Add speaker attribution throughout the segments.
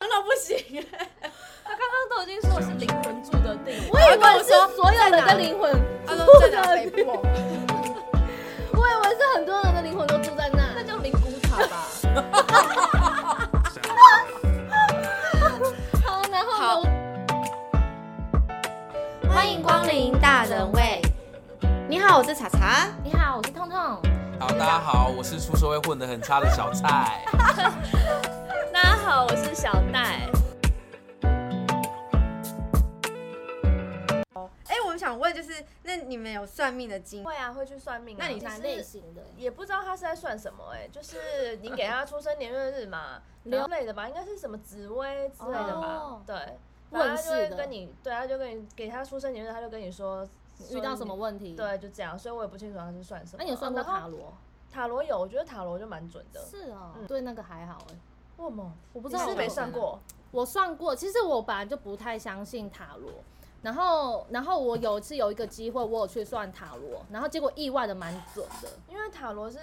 Speaker 1: 啊
Speaker 2: 灵。
Speaker 3: 他刚刚都已经说我是灵魂住的地，
Speaker 2: 我以为
Speaker 3: 我
Speaker 2: 是所有人的灵魂，
Speaker 1: 他啊说在
Speaker 2: 住
Speaker 1: 哪
Speaker 2: 的
Speaker 1: 北
Speaker 2: 地
Speaker 1: 部？
Speaker 2: 我以为是很多人的灵魂都住在
Speaker 3: 那
Speaker 2: 那。
Speaker 3: 叫灵骨塔吧？
Speaker 2: 好，然后呢
Speaker 4: 欢迎光临大人味。你好，我是查查。
Speaker 3: 你好，我是痛痛。
Speaker 5: 好，大家好，我是出社会混得很差的 小蔡。
Speaker 3: 大家好，我是小戴。
Speaker 1: 哎、我想问，就是那你们有算命的经验？
Speaker 3: 会啊，会去算命啊、
Speaker 1: 那你
Speaker 3: 就是
Speaker 2: 哪类型的？
Speaker 3: 也不知道他是在算什么哎、就是你给他出生年月日嘛，
Speaker 2: 流
Speaker 3: 流类的吧，应该是什么紫薇之类的吧？
Speaker 2: 嗯哦
Speaker 3: 对，
Speaker 2: 问
Speaker 3: 反正他就会
Speaker 2: 世的
Speaker 3: 跟你，对，他就跟你给他出生年月日，他就跟你说
Speaker 2: 遇到什么？
Speaker 3: 说
Speaker 2: 问题？
Speaker 3: 你，对，就这样，所以我也不清楚他是算什么。
Speaker 2: 那你有算过
Speaker 3: 然后
Speaker 2: 塔罗？
Speaker 3: 塔罗有，我觉得塔罗就蛮准的。
Speaker 2: 是哦
Speaker 3: 嗯，
Speaker 2: 对那个还好哎，
Speaker 3: 为什么？
Speaker 2: 我不
Speaker 3: 不
Speaker 2: 知道
Speaker 3: 是
Speaker 2: 我
Speaker 3: 没算。过，
Speaker 2: 我算过，其实我本来就不太相信塔罗。然后，然后我有一次有一个机会，我有去算塔罗，然后结果意外的蛮准的。
Speaker 3: 因为塔罗是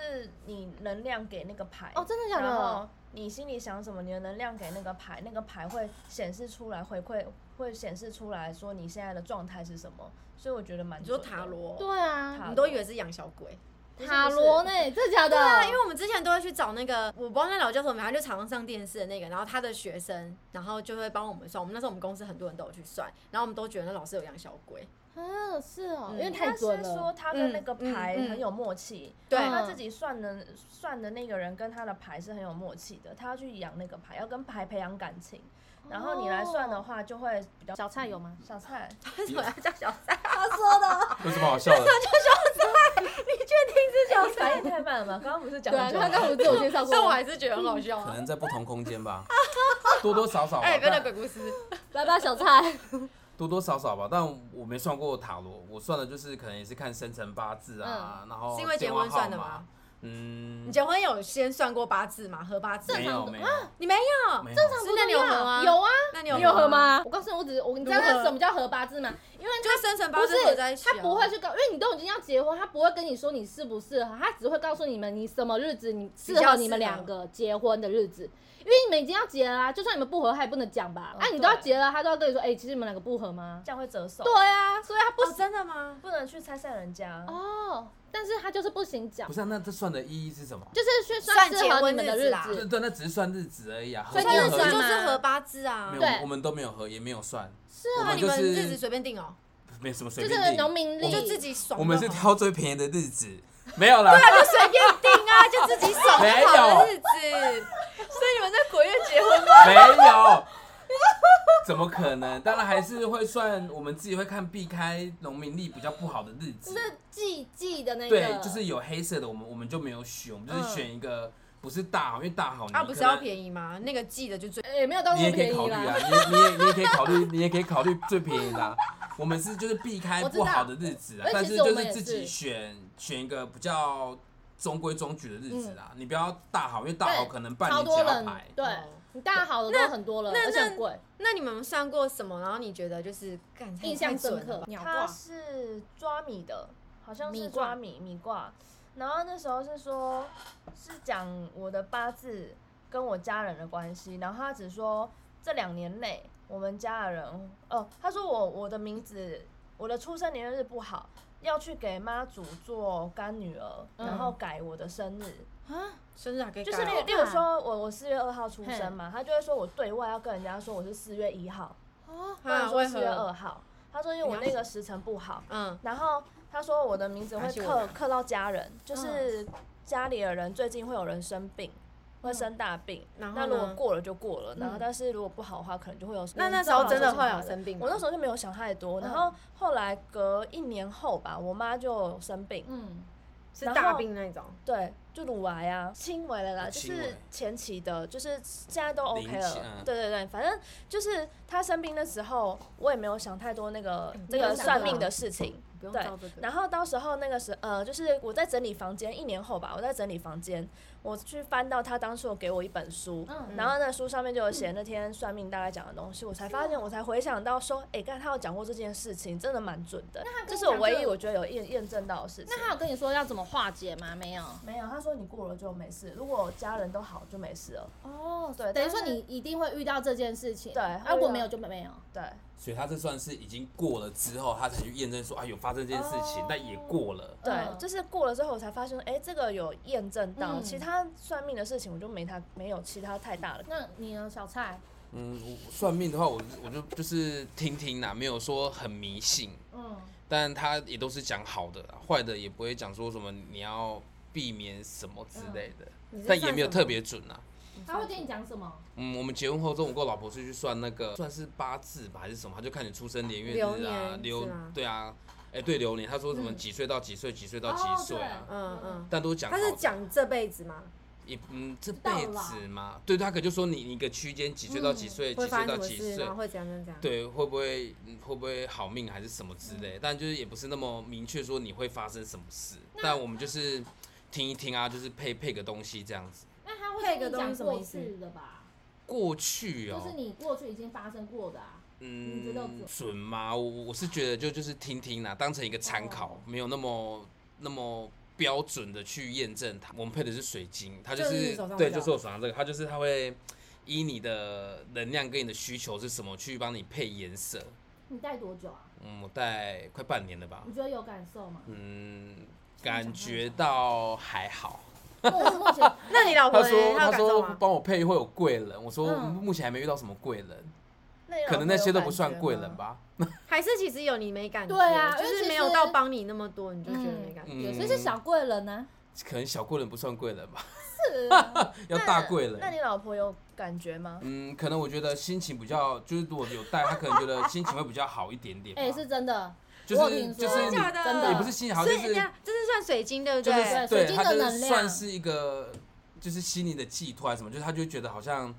Speaker 3: 你能量给那个牌
Speaker 2: 哦真的假的
Speaker 3: 然后你心里想什么，你的能量给那个牌，那个牌会显示出来，回馈会显示出来说你现在的状态是什么，所以我觉得蛮
Speaker 1: 你说
Speaker 3: 准的
Speaker 1: 塔，罗？
Speaker 2: 对啊，
Speaker 3: 塔
Speaker 1: 你都以为是养小鬼？
Speaker 3: 不是
Speaker 2: 塔罗呢？真的假的？
Speaker 1: 对啊，因为我们之前都会去找那个，我不知道那老教授名，他就常常上电视的那个，然后他的学生，然后就会帮我们算。我们那时候我们公司很多人都有去算，然后我们都觉得那老师有养小鬼。
Speaker 2: 啊，是哦，
Speaker 1: 嗯
Speaker 2: 因为
Speaker 3: 他
Speaker 2: 太准
Speaker 3: 是说
Speaker 2: 了。
Speaker 3: 他跟那个
Speaker 1: 嗯嗯
Speaker 3: 牌
Speaker 1: 嗯
Speaker 3: 很有默契，
Speaker 1: 对
Speaker 3: 然后他自己算的算的那个人跟他的牌是很有默契的，他要去养那个牌，要跟牌培养感情，然后你来算的话就会比较
Speaker 2: 小蔡有吗？
Speaker 3: 小菜，
Speaker 2: 哦
Speaker 1: 为什么要叫小 三？
Speaker 5: 有什么好笑 的？
Speaker 3: 小菜太慢了吧？刚刚不是讲
Speaker 2: 对啊，
Speaker 3: 很久吗
Speaker 2: 他刚刚我自我介绍 过
Speaker 1: 但我
Speaker 2: 吗，
Speaker 1: 还是觉得很好笑
Speaker 5: 可
Speaker 1: 啊。
Speaker 5: 能在不同空间吧，多多少少吧。
Speaker 1: 哎，不要讲
Speaker 5: 但
Speaker 1: 鬼故事。
Speaker 2: 拜拜，小蔡。
Speaker 5: 多多少少吧，但我没算过塔罗，我算的就是可能也是看生辰八字啊，然
Speaker 1: 嗯
Speaker 5: 后
Speaker 1: 是因为结
Speaker 5: 电话
Speaker 1: 婚算的
Speaker 5: 号码
Speaker 1: 吗？
Speaker 5: 嗯
Speaker 1: 你，结婚有先算过八字吗？合八字？
Speaker 5: 没有没有，
Speaker 1: 你没有？
Speaker 5: 没有
Speaker 2: 正常不
Speaker 1: 是那你有合吗
Speaker 2: 啊？ 有啊，
Speaker 1: 那你有
Speaker 2: 你有合
Speaker 1: 合？
Speaker 2: 吗？我告诉你，我只是我你知道
Speaker 1: 如何
Speaker 2: 什么叫合八字吗？因为
Speaker 1: 就是生辰
Speaker 2: 不
Speaker 1: 八
Speaker 2: 是
Speaker 1: 字合在一起啊。
Speaker 2: 他不会去告，因为你都已经要结婚，他不会跟你说你适不适合，他只会告诉你们你什么日子你适
Speaker 1: 比较
Speaker 2: 合
Speaker 1: 适合
Speaker 2: 你们两个结婚的日子。因为你们已经要结了啊，就算你们不合，他也不能讲吧？
Speaker 3: 哦
Speaker 2: 啊，你都要
Speaker 3: 对
Speaker 2: 结了，他都要跟你说，哎、其实你们两个不合吗？
Speaker 3: 这样会折寿。
Speaker 2: 对啊，所以他不
Speaker 1: 哦，真的吗？
Speaker 3: 不能去拆散人家。
Speaker 2: 哦，但是他就是不行讲
Speaker 5: 不，是、啊，那这算的意义是什么？
Speaker 2: 就是去
Speaker 1: 算
Speaker 2: 算适
Speaker 1: 结
Speaker 2: 合
Speaker 1: 婚
Speaker 2: 你们的
Speaker 1: 日
Speaker 2: 日
Speaker 1: 子啦
Speaker 5: 对
Speaker 2: 子，
Speaker 5: 对，那只是算日子而已啊，
Speaker 2: 所以
Speaker 5: 合不
Speaker 2: 你
Speaker 1: 日
Speaker 2: 有
Speaker 1: 子
Speaker 5: 合
Speaker 2: 算
Speaker 5: 就
Speaker 1: 就
Speaker 2: 吗
Speaker 1: 是合八字啊
Speaker 5: 没。
Speaker 2: 对
Speaker 5: 有，我们都没有合，也没有算，
Speaker 2: 是
Speaker 5: 我
Speaker 1: 那啊
Speaker 5: 们
Speaker 1: 你
Speaker 5: 就
Speaker 1: 们日
Speaker 5: 是
Speaker 1: 子随便定哦，
Speaker 5: 没什么随
Speaker 2: 就
Speaker 5: 便
Speaker 2: 是
Speaker 5: 定，
Speaker 2: 农民
Speaker 5: 我
Speaker 2: 历，
Speaker 1: 就自己爽就好。
Speaker 5: 我们是挑最便宜的日子，没有啦，
Speaker 1: 就随便定啊，就自己爽
Speaker 5: 没有啊
Speaker 1: 就好的日子。
Speaker 3: 所以你们在鬼月结婚吗？
Speaker 5: 没有，怎么可能？当然还是会算，我们自己会看避开农民历比较不好的日子
Speaker 2: 就。是记记的那个，嗯
Speaker 5: 对，就是有黑色的，我们我们就没有选，我们就是选一个不是大好，因为大好你
Speaker 1: 啊，不是要
Speaker 5: 宜，
Speaker 1: 便宜吗？那个记的就最。
Speaker 2: 呃也、没有到
Speaker 5: 你
Speaker 2: 那么
Speaker 5: 也可以
Speaker 2: 便宜
Speaker 5: 考虑
Speaker 2: 啦。
Speaker 5: 啊，你也你也你也可以考虑， 你也可以考虑最便宜的啊、我们是就是避开
Speaker 2: 我知道
Speaker 5: 不好的日子啊，
Speaker 2: 而
Speaker 5: 但
Speaker 2: 且其
Speaker 5: 是
Speaker 2: 实我
Speaker 5: 就
Speaker 2: 们也
Speaker 5: 自
Speaker 2: 是
Speaker 5: 己选选一个比较中规中矩的日子啊啦。你不要大好，因为大好
Speaker 2: 嗯对
Speaker 5: 可能半
Speaker 2: 超
Speaker 5: 年就
Speaker 2: 多
Speaker 5: 要
Speaker 2: 人
Speaker 5: 排，。
Speaker 2: 对
Speaker 1: 哦
Speaker 2: 你大家好的
Speaker 1: 那
Speaker 2: 都很多人，
Speaker 1: 那
Speaker 2: 而且很贵，
Speaker 1: 那你们算过什么？然后你觉得就是干太
Speaker 2: 印象
Speaker 1: 太准
Speaker 2: 深刻
Speaker 1: 了吧。
Speaker 4: 鸟
Speaker 3: 他是抓米的，好像是抓米米卦。然后那时候是说，是讲我的八字跟我家人的关系。然后他只说这两年内我们家的人，哦，他说我我的名字，我的出生年月日不好，要去给妈祖做干女儿，
Speaker 2: 嗯
Speaker 3: 然后改我的生日。
Speaker 1: 生日还可以
Speaker 3: 就是
Speaker 1: 改
Speaker 3: 例
Speaker 1: 哦
Speaker 3: 如例如说我我四月二号出生嘛，他就会说我对外要跟人家说我是四月一号，
Speaker 2: 哦
Speaker 3: 不能
Speaker 1: 啊，
Speaker 3: 说
Speaker 1: 为
Speaker 3: 四月二
Speaker 1: 何？
Speaker 3: 号。他说因为我那个时辰不好，
Speaker 1: 嗯，
Speaker 3: 然后他说我的名字会
Speaker 1: 拿起我嗯
Speaker 3: 刻
Speaker 1: 拿
Speaker 3: 刻到家人，就是家里的人最近会有人生病，会生大病。
Speaker 1: 嗯然后
Speaker 3: 那
Speaker 1: 呢嗯
Speaker 3: 如果过了就过了，然后但是如果不好的话，可能就会有。
Speaker 1: 那那时候真的会有
Speaker 3: 病。
Speaker 1: 生病吗？嗯
Speaker 3: 我那时候就没有想太多，然后后来隔一年后吧，我妈就生病，
Speaker 2: 嗯，
Speaker 1: 是
Speaker 3: 然后
Speaker 1: 大病那种，
Speaker 3: 对，就乳癌啊，轻微的啦，就
Speaker 5: 哦轻微
Speaker 3: 是前期的，就是现在都 OK
Speaker 5: 零期
Speaker 3: 了
Speaker 5: 嗯。
Speaker 3: 对对对，反正就是他生病的时候，我也没有想太多那个那
Speaker 1: 嗯没有
Speaker 3: 个
Speaker 1: 想
Speaker 3: 算
Speaker 1: 到
Speaker 3: 命的事情。
Speaker 1: 不用
Speaker 3: 对
Speaker 1: 照这个。
Speaker 3: 然后到时候那个时，呃，就是我在整理房间，一年后吧，我在整理房间，我去翻到他当初有给我一本书，
Speaker 2: 嗯
Speaker 3: 然后那书上面就有写那天算命大概讲的东西，我才发
Speaker 1: 嗯
Speaker 3: 现，我才回想到说，哎、刚才他有讲过这件事情，真的蛮准的，这是我唯一我觉得有验验证到的事情
Speaker 2: 那。他有跟你说要怎么化解吗？没有，
Speaker 3: 没有，他说你过了就没事，如果家人都好就没事了。
Speaker 2: 哦，
Speaker 3: 对
Speaker 2: 等于
Speaker 3: 但
Speaker 2: 说
Speaker 3: 是
Speaker 2: 你一定会遇到这件事情，
Speaker 3: 对
Speaker 2: 啊
Speaker 3: 会
Speaker 2: 如果
Speaker 3: 有
Speaker 2: 没有就没有，
Speaker 3: 对，
Speaker 5: 所以他这算是已经过了之后，他才去验证说啊有发生这件事情
Speaker 2: 哦，
Speaker 5: 但也过了。
Speaker 3: 对，
Speaker 2: 嗯
Speaker 3: 就是过了之后，我才发现，哎、这个有验证到。
Speaker 2: 嗯
Speaker 3: 其他算命的事情，我就没他没有其他太大的。
Speaker 2: 那你呢，小蔡？
Speaker 5: 嗯，我算命的话，我我就就是听听啦，没有说很迷信，
Speaker 2: 嗯，
Speaker 5: 但他也都是讲好的啦，坏的也不会讲说什么你要避免什么之类的，
Speaker 1: 嗯你是
Speaker 5: 但也
Speaker 1: 算
Speaker 5: 没有
Speaker 1: 什么
Speaker 5: 特别准啊。
Speaker 2: 他会跟你讲什么？
Speaker 5: 嗯，我们结婚后中，我跟我老婆是去算那个算是八字吧，还是什么？他就看你出生年月日啊，
Speaker 1: 流年
Speaker 5: 流
Speaker 1: 是吗
Speaker 5: 对啊，哎、对流年，他说什么几岁到几岁，几岁到几岁啊，
Speaker 2: 哦
Speaker 1: 嗯嗯，
Speaker 5: 但都讲
Speaker 1: 他
Speaker 5: 好
Speaker 1: 是
Speaker 5: 的。
Speaker 1: 讲这辈子吗？
Speaker 5: 也嗯，这辈
Speaker 2: 到
Speaker 5: 子
Speaker 2: 老
Speaker 5: 嘛，对，他可就说你你一个区间几岁到几岁，
Speaker 1: 嗯会
Speaker 5: 几
Speaker 1: 发生
Speaker 5: 岁到
Speaker 1: 什么
Speaker 5: 几
Speaker 1: 事，
Speaker 5: 岁
Speaker 1: 然后，会怎样怎样怎样？
Speaker 5: 对，会不会嗯会不会好命还是什么之
Speaker 1: 嗯
Speaker 5: 类，但就是也不是那么明确说你会发生什么事，但我们就是听一听啊，就是配配个东西这样子。
Speaker 2: 那他会
Speaker 1: 配
Speaker 2: 跟
Speaker 1: 个
Speaker 2: 你
Speaker 1: 东
Speaker 2: 讲
Speaker 1: 西什么
Speaker 2: 过
Speaker 1: 意思
Speaker 2: 去的吧？
Speaker 5: 过去哦，
Speaker 2: 就是你过去已经发生过的啊。你觉得
Speaker 5: 嗯
Speaker 2: 准，
Speaker 5: 准吗？我我是觉得就就是听听啦，当成一个参考，
Speaker 2: 哦
Speaker 5: 没有那么那么标准的去验证它。我们配的是水晶，它就
Speaker 1: 就是
Speaker 5: 是
Speaker 1: 你手上
Speaker 5: 对，
Speaker 1: 这个
Speaker 5: 就是我手上这个，它就是它会依你的能量跟你的需求是什么去帮你配颜色。
Speaker 2: 你戴多久啊？
Speaker 5: 嗯，我戴快半年了吧
Speaker 2: 你，觉得有感受吗？
Speaker 5: 嗯，感觉到还好。
Speaker 2: 目目前
Speaker 1: 那你老婆
Speaker 5: 他
Speaker 1: 呢
Speaker 5: 说
Speaker 1: 她有
Speaker 5: 他
Speaker 1: 感受
Speaker 5: 说
Speaker 1: 吗？
Speaker 5: 帮我配会有贵人，我说
Speaker 2: 嗯
Speaker 5: 目前还没遇到什么贵人，
Speaker 3: 那你老
Speaker 5: 可
Speaker 3: 婆
Speaker 5: 能那些
Speaker 3: 有
Speaker 5: 都
Speaker 3: 感
Speaker 5: 不算
Speaker 3: 觉
Speaker 5: 贵
Speaker 3: 吗
Speaker 5: 人。吧。
Speaker 1: 还是其实有你没感觉，
Speaker 2: 对啊
Speaker 1: 就
Speaker 2: 因为
Speaker 1: 是
Speaker 2: 其
Speaker 1: 没有
Speaker 2: 实
Speaker 1: 到帮你那么多，你就觉得没感觉。
Speaker 5: 嗯
Speaker 2: 有些是小贵人啊呢。
Speaker 5: 可能小贵人不算贵人吧，
Speaker 2: 是啊，
Speaker 5: 要大贵人。
Speaker 3: 那你老婆有感觉吗？
Speaker 5: 嗯，可能我觉得心情比较，就是如果有带，他可能觉得心情会比较好一点点吧。
Speaker 2: 哎，是真的。
Speaker 5: 就是
Speaker 2: 我有听说
Speaker 5: 就是
Speaker 2: 真
Speaker 5: 你
Speaker 1: 假的
Speaker 2: 真的
Speaker 5: 也不是心情好，
Speaker 1: 所
Speaker 5: 就
Speaker 1: 以人
Speaker 5: 是
Speaker 1: 家这是算水晶对不
Speaker 5: 就
Speaker 1: 对？
Speaker 5: 是
Speaker 2: 水
Speaker 5: 对
Speaker 2: 晶
Speaker 5: 他
Speaker 2: 的
Speaker 5: 就
Speaker 2: 能
Speaker 5: 是
Speaker 2: 量
Speaker 5: 算是一个就是心里的寄托还是什么，就是他就会觉得好像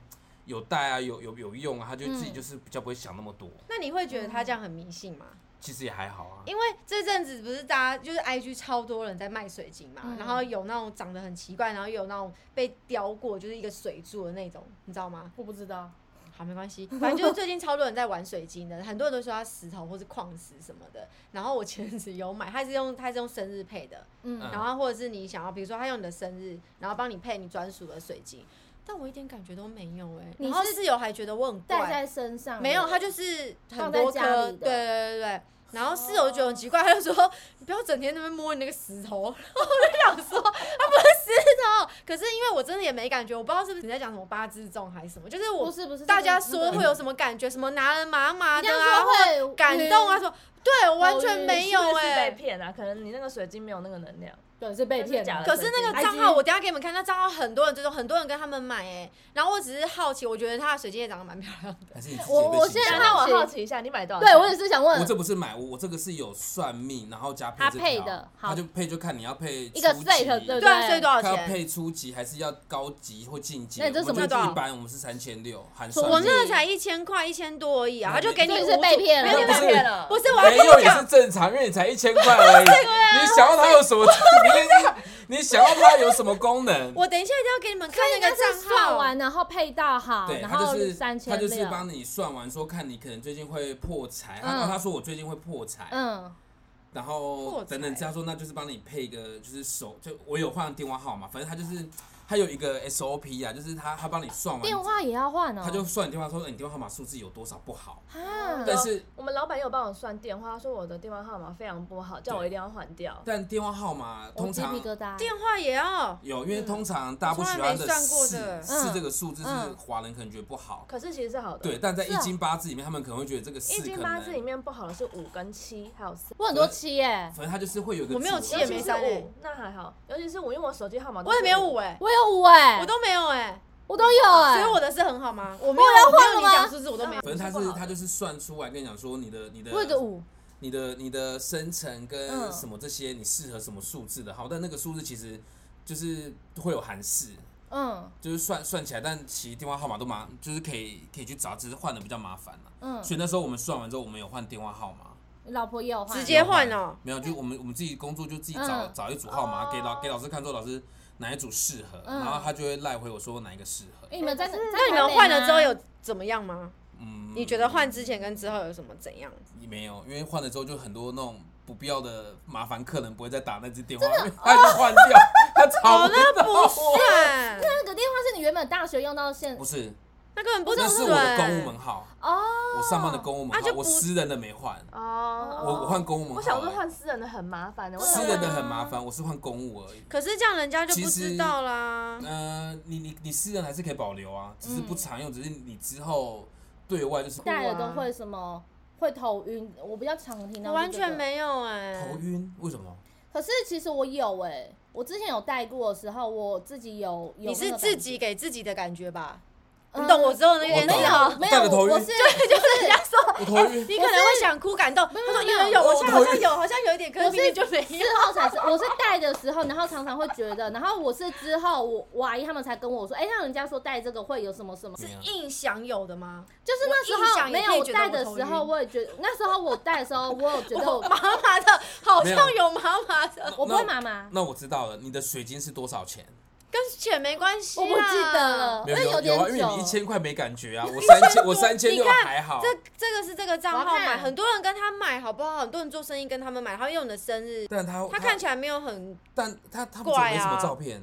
Speaker 5: 有带啊，有有有用啊，他就自己
Speaker 2: 嗯
Speaker 5: 就是比较不会想那么多。
Speaker 1: 那你会觉得他这样很迷信吗？
Speaker 5: 其实也还好啊，
Speaker 2: 哎
Speaker 1: 因为这阵子不是大家就是 IG 超多人在卖水晶嘛，
Speaker 2: 嗯
Speaker 1: 然后有那种长得很奇怪，然后有那种被雕过，就是一个水柱的那种，你知道吗？
Speaker 2: 我不知道。
Speaker 1: 好，没关系，反正就是最近超多人在玩水晶的，很多人都说它石头或是矿石什么的。然后我前阵子有买，它是用它是用生日配的，
Speaker 2: 嗯
Speaker 5: 嗯
Speaker 1: 然后或者是你想要，比如说他用你的生日，然后帮你配你专属的水晶，但我一点感觉都没有哎、
Speaker 2: 你
Speaker 1: 然后
Speaker 2: 是
Speaker 1: 室友还觉得我很
Speaker 2: 戴
Speaker 1: 怪，
Speaker 2: 在身上
Speaker 1: 没有，他
Speaker 2: 他
Speaker 1: 就是很
Speaker 2: 放在
Speaker 1: 多
Speaker 2: 家
Speaker 1: 颗，
Speaker 2: 里
Speaker 1: 对
Speaker 2: 的
Speaker 1: 对对对。然后室友就觉得很奇怪，他就说：“你不要整天在那边摸你那个石头。” 然后我就想说：“它不是石头。”可是因为我真的也没感觉，我不知道是不是你在讲什么八字重还是什么，就是
Speaker 2: 不
Speaker 1: 我
Speaker 2: 是不是，
Speaker 1: 大
Speaker 2: 这个
Speaker 1: 家
Speaker 2: 是
Speaker 1: 说
Speaker 2: 真的
Speaker 1: 会有什么感觉，什么拿人麻麻
Speaker 2: 人
Speaker 1: 的
Speaker 2: 家
Speaker 1: 啊，
Speaker 2: 说
Speaker 1: 或
Speaker 2: 会嗯
Speaker 1: 感
Speaker 2: 晕
Speaker 1: 动啊，，说对，我完全
Speaker 2: 晕
Speaker 1: 没有
Speaker 3: 是不是
Speaker 1: 哎、
Speaker 3: 被骗啊，可能你那个水晶没有那个能量。
Speaker 2: 对，是被
Speaker 3: 真的
Speaker 2: 骗
Speaker 3: 假的
Speaker 2: 的。
Speaker 1: 可是那个账号，我等一下给你们看，那账号很多人追踪，很多人跟他们买哎、然后我只是好奇，我觉得他的水晶也长得蛮漂亮的。
Speaker 5: 还是你自己
Speaker 2: 我
Speaker 5: 有被
Speaker 2: 我
Speaker 5: 形
Speaker 2: 现在
Speaker 5: 象
Speaker 3: 那
Speaker 2: 好奇
Speaker 3: 我好奇一下，你买多少钱？
Speaker 2: 对我也是想问
Speaker 5: 我，这不是买，我我这个是有算命，然后加配
Speaker 2: 他
Speaker 5: 这
Speaker 2: 配
Speaker 5: 条
Speaker 2: 的好
Speaker 5: 他就配就看你要配一
Speaker 2: 一个 set 对不
Speaker 1: 对啊，所以多少
Speaker 5: 他要
Speaker 1: 钱？
Speaker 5: 配初级还是要高级或进阶？
Speaker 2: 那你这
Speaker 5: 我
Speaker 2: 什么
Speaker 5: 们就
Speaker 1: 多少
Speaker 5: 一般我们是三千六，含
Speaker 2: 除
Speaker 5: 算
Speaker 1: 我
Speaker 5: 命
Speaker 1: 那个才一千块，一千多而已啊，
Speaker 5: 嗯
Speaker 1: 他就给你
Speaker 2: 这
Speaker 1: 五
Speaker 2: 是被
Speaker 1: 组
Speaker 2: 骗
Speaker 1: 没有没
Speaker 2: 了
Speaker 5: 不
Speaker 1: 有
Speaker 5: 是
Speaker 3: 被骗了。
Speaker 1: 不是我要
Speaker 5: 没
Speaker 1: 跟
Speaker 5: 有
Speaker 1: 你
Speaker 5: 也
Speaker 1: 讲
Speaker 5: 是，正常，因为你才一千块 而已。
Speaker 2: 啊
Speaker 5: 你想要它有什么？你你想要它有什么功 能？
Speaker 1: 我等一下一定要给你们看那
Speaker 2: 应该
Speaker 1: 个
Speaker 2: 是
Speaker 1: 账
Speaker 2: 算
Speaker 1: 号。
Speaker 2: 完然后配到好，
Speaker 5: 对，
Speaker 2: 然
Speaker 5: 他
Speaker 2: 后
Speaker 5: 就是
Speaker 2: 三
Speaker 5: 他
Speaker 2: 千
Speaker 5: 就是
Speaker 2: 六，
Speaker 5: 帮你算完，说看你可能最近会破财。
Speaker 2: 嗯
Speaker 5: 他他说我最近会破财，
Speaker 2: 嗯，
Speaker 5: 然
Speaker 1: 破
Speaker 5: 后
Speaker 1: 财
Speaker 5: 等等，他说那就是帮你配一个，就是手就我有换电话号码，反正他就是他有一个 SOP 啊，就是他他帮你算完
Speaker 2: 电，话也要换哦。
Speaker 5: 他就算你电话说哎你电话号码数字有多少不好，
Speaker 2: 啊，
Speaker 5: 但是
Speaker 3: 我们老板有帮我算电话，他说我的电话号码非常不好，叫我一定要换掉。
Speaker 5: 但电话号码
Speaker 2: 我
Speaker 5: 通
Speaker 2: 鸡
Speaker 5: 常
Speaker 2: 皮疙瘩。
Speaker 1: 电话也要，
Speaker 5: 有，因为通常大家不
Speaker 1: 嗯我从
Speaker 5: 喜
Speaker 1: 来
Speaker 5: 欢
Speaker 1: 没
Speaker 5: 的
Speaker 1: 算过的
Speaker 5: 四四
Speaker 2: 嗯
Speaker 5: 这个数字是
Speaker 2: 嗯
Speaker 5: 华人可能觉得不好，
Speaker 3: 可是其实是好的。
Speaker 5: 对，，但在
Speaker 2: 是
Speaker 5: 易
Speaker 2: 啊
Speaker 5: 经八字里面，他们可能会觉得这个四
Speaker 3: 易
Speaker 5: 可
Speaker 3: 经
Speaker 5: 能，
Speaker 3: 八字里面不好的是五跟七，还有四。
Speaker 2: 我很多七耶，
Speaker 5: 反正他就是会有一个
Speaker 1: 我没有
Speaker 5: 字
Speaker 1: 七也
Speaker 3: 尤
Speaker 5: 啊
Speaker 3: 其
Speaker 1: 没
Speaker 3: 是
Speaker 1: 删欸
Speaker 3: 五，那还好。尤其是五，因为我手机号码都
Speaker 1: 我也
Speaker 3: 是
Speaker 1: 没有五哎，
Speaker 2: 我有五哎，
Speaker 1: 我都没有哎，
Speaker 2: 我都有哎，
Speaker 1: 所以我的是很好吗？我没有，
Speaker 2: 我要
Speaker 1: 我没
Speaker 2: 换
Speaker 1: 有
Speaker 2: 了
Speaker 1: 你
Speaker 2: 吗
Speaker 1: 讲数字我都没有。
Speaker 5: 反正他
Speaker 3: 不
Speaker 5: 是
Speaker 3: 好的
Speaker 5: 他就是算出来跟你讲说你的你的
Speaker 2: 我有个五，
Speaker 5: 你的你的生辰跟
Speaker 2: 嗯
Speaker 5: 什么这些你适合什么数字的号，但那个数字其实就是会有含式，
Speaker 2: 嗯
Speaker 5: 就是算算起来，但其实电话号码都蛮就是可以可以去找，只是换的比较麻烦了。
Speaker 2: 嗯，
Speaker 5: 所以那时候我们算完之后，我们有换电话号码。
Speaker 2: 你老婆也有换，
Speaker 1: 直接换哦
Speaker 5: 没有，就我们我们自己工作就自己找、
Speaker 2: 嗯
Speaker 5: 找一组号码给老给老师看，说老师哪一组适合，
Speaker 2: 嗯
Speaker 5: 然后他就会赖回我说哪一个适合。
Speaker 2: 哎你们在
Speaker 3: 可是
Speaker 2: 在
Speaker 1: 那你们
Speaker 2: 台北
Speaker 1: 换了
Speaker 2: 吗
Speaker 1: 之后有怎么样吗？
Speaker 5: 嗯，
Speaker 1: 你觉得换之前跟之后有什么怎样？
Speaker 5: 没有？因为换了之后就很多那种不必要的麻烦，客人不会再打那只电话，他就换掉，他吵
Speaker 1: 哦，
Speaker 5: 不
Speaker 1: 那
Speaker 5: 到
Speaker 1: 不
Speaker 5: 我。
Speaker 1: 算，
Speaker 2: 那个电话是你原本大学用到现
Speaker 5: 不是，
Speaker 1: 那根本不
Speaker 5: 那
Speaker 1: 算。
Speaker 5: 是我的公务门号，
Speaker 2: 哦，
Speaker 5: 我上班的公务门
Speaker 1: 啊就
Speaker 5: 号，
Speaker 1: 不
Speaker 5: 我私人的没换，
Speaker 1: 啊
Speaker 3: 哦，
Speaker 5: 我我换公务门号，
Speaker 3: 我想说换私人的很麻烦的，我想
Speaker 5: 私
Speaker 3: 说
Speaker 5: 人的很麻烦，我是换公务而已。
Speaker 1: 可是这样人家就不知道啦。
Speaker 5: 呃，你你你私人还是可以保留啊，只是不
Speaker 2: 嗯
Speaker 5: 常用，只是你之后对外就是
Speaker 2: 戴了都会什么会头晕，我比较常听到、
Speaker 1: 我完全。没有哎、
Speaker 5: 头晕，为什么？
Speaker 2: 可是其实我有哎、我之前有戴过的时候，我自己有有
Speaker 1: 你是
Speaker 2: 那个感觉
Speaker 1: 自己给自己的感觉吧？
Speaker 2: 嗯
Speaker 1: 你懂我之后那个
Speaker 5: 我
Speaker 1: 颜
Speaker 5: 懂
Speaker 2: 没
Speaker 1: 色哦
Speaker 2: 有，没
Speaker 5: 戴了
Speaker 2: 有，
Speaker 5: 头晕
Speaker 2: 我 是就是人家说
Speaker 5: 我头晕，
Speaker 1: 你可能会想哭感动。他说
Speaker 2: 没有
Speaker 1: 有有
Speaker 2: 没有
Speaker 1: 有，我
Speaker 5: 我
Speaker 1: 现在好
Speaker 5: 头
Speaker 1: 像
Speaker 5: 晕
Speaker 1: 有，好像有一点，可是
Speaker 2: 我是
Speaker 1: 明明就没
Speaker 2: 之
Speaker 1: 有。
Speaker 2: 后才是，我是戴的时候，然后常常会觉得，然后我是之后我我阿姨他们才跟我说，哎、让人家说戴这个会有什么什么，
Speaker 5: 没有
Speaker 1: 硬想有的吗？
Speaker 2: 就是那时
Speaker 1: 我印象
Speaker 2: 候
Speaker 1: 也
Speaker 2: 没
Speaker 1: 可以
Speaker 2: 有我
Speaker 1: 觉得
Speaker 2: 戴
Speaker 1: 我
Speaker 2: 的
Speaker 1: 头
Speaker 2: 时候，
Speaker 1: 晕
Speaker 2: 我也觉得那时候我戴的时候，我有 觉得我
Speaker 1: 麻麻的，好
Speaker 5: 没有
Speaker 1: 像有麻麻的，
Speaker 2: 我不会麻麻，
Speaker 5: 那我知道了，你的水晶是多少钱？
Speaker 1: 跟钱没关系
Speaker 2: 我
Speaker 1: 啦。
Speaker 2: 不记得
Speaker 1: 哦
Speaker 2: 了，
Speaker 5: 没
Speaker 2: 因为
Speaker 5: 有
Speaker 1: 哎
Speaker 5: 有
Speaker 2: 点
Speaker 5: 有啊，因为
Speaker 2: 久
Speaker 5: 你一。千块没 感觉啊，我三千我三千
Speaker 1: 你
Speaker 5: 六
Speaker 1: 看
Speaker 5: 还好。
Speaker 1: 这这个是这个账号
Speaker 2: 我要
Speaker 1: 买，
Speaker 2: 看
Speaker 1: 很多人跟他买，好不好？很多人做生意跟他们买，他用你的生日，
Speaker 5: 但他
Speaker 1: 他看起来没有很，
Speaker 5: 但他他们怎么
Speaker 1: 怪啊
Speaker 5: 没什么照片？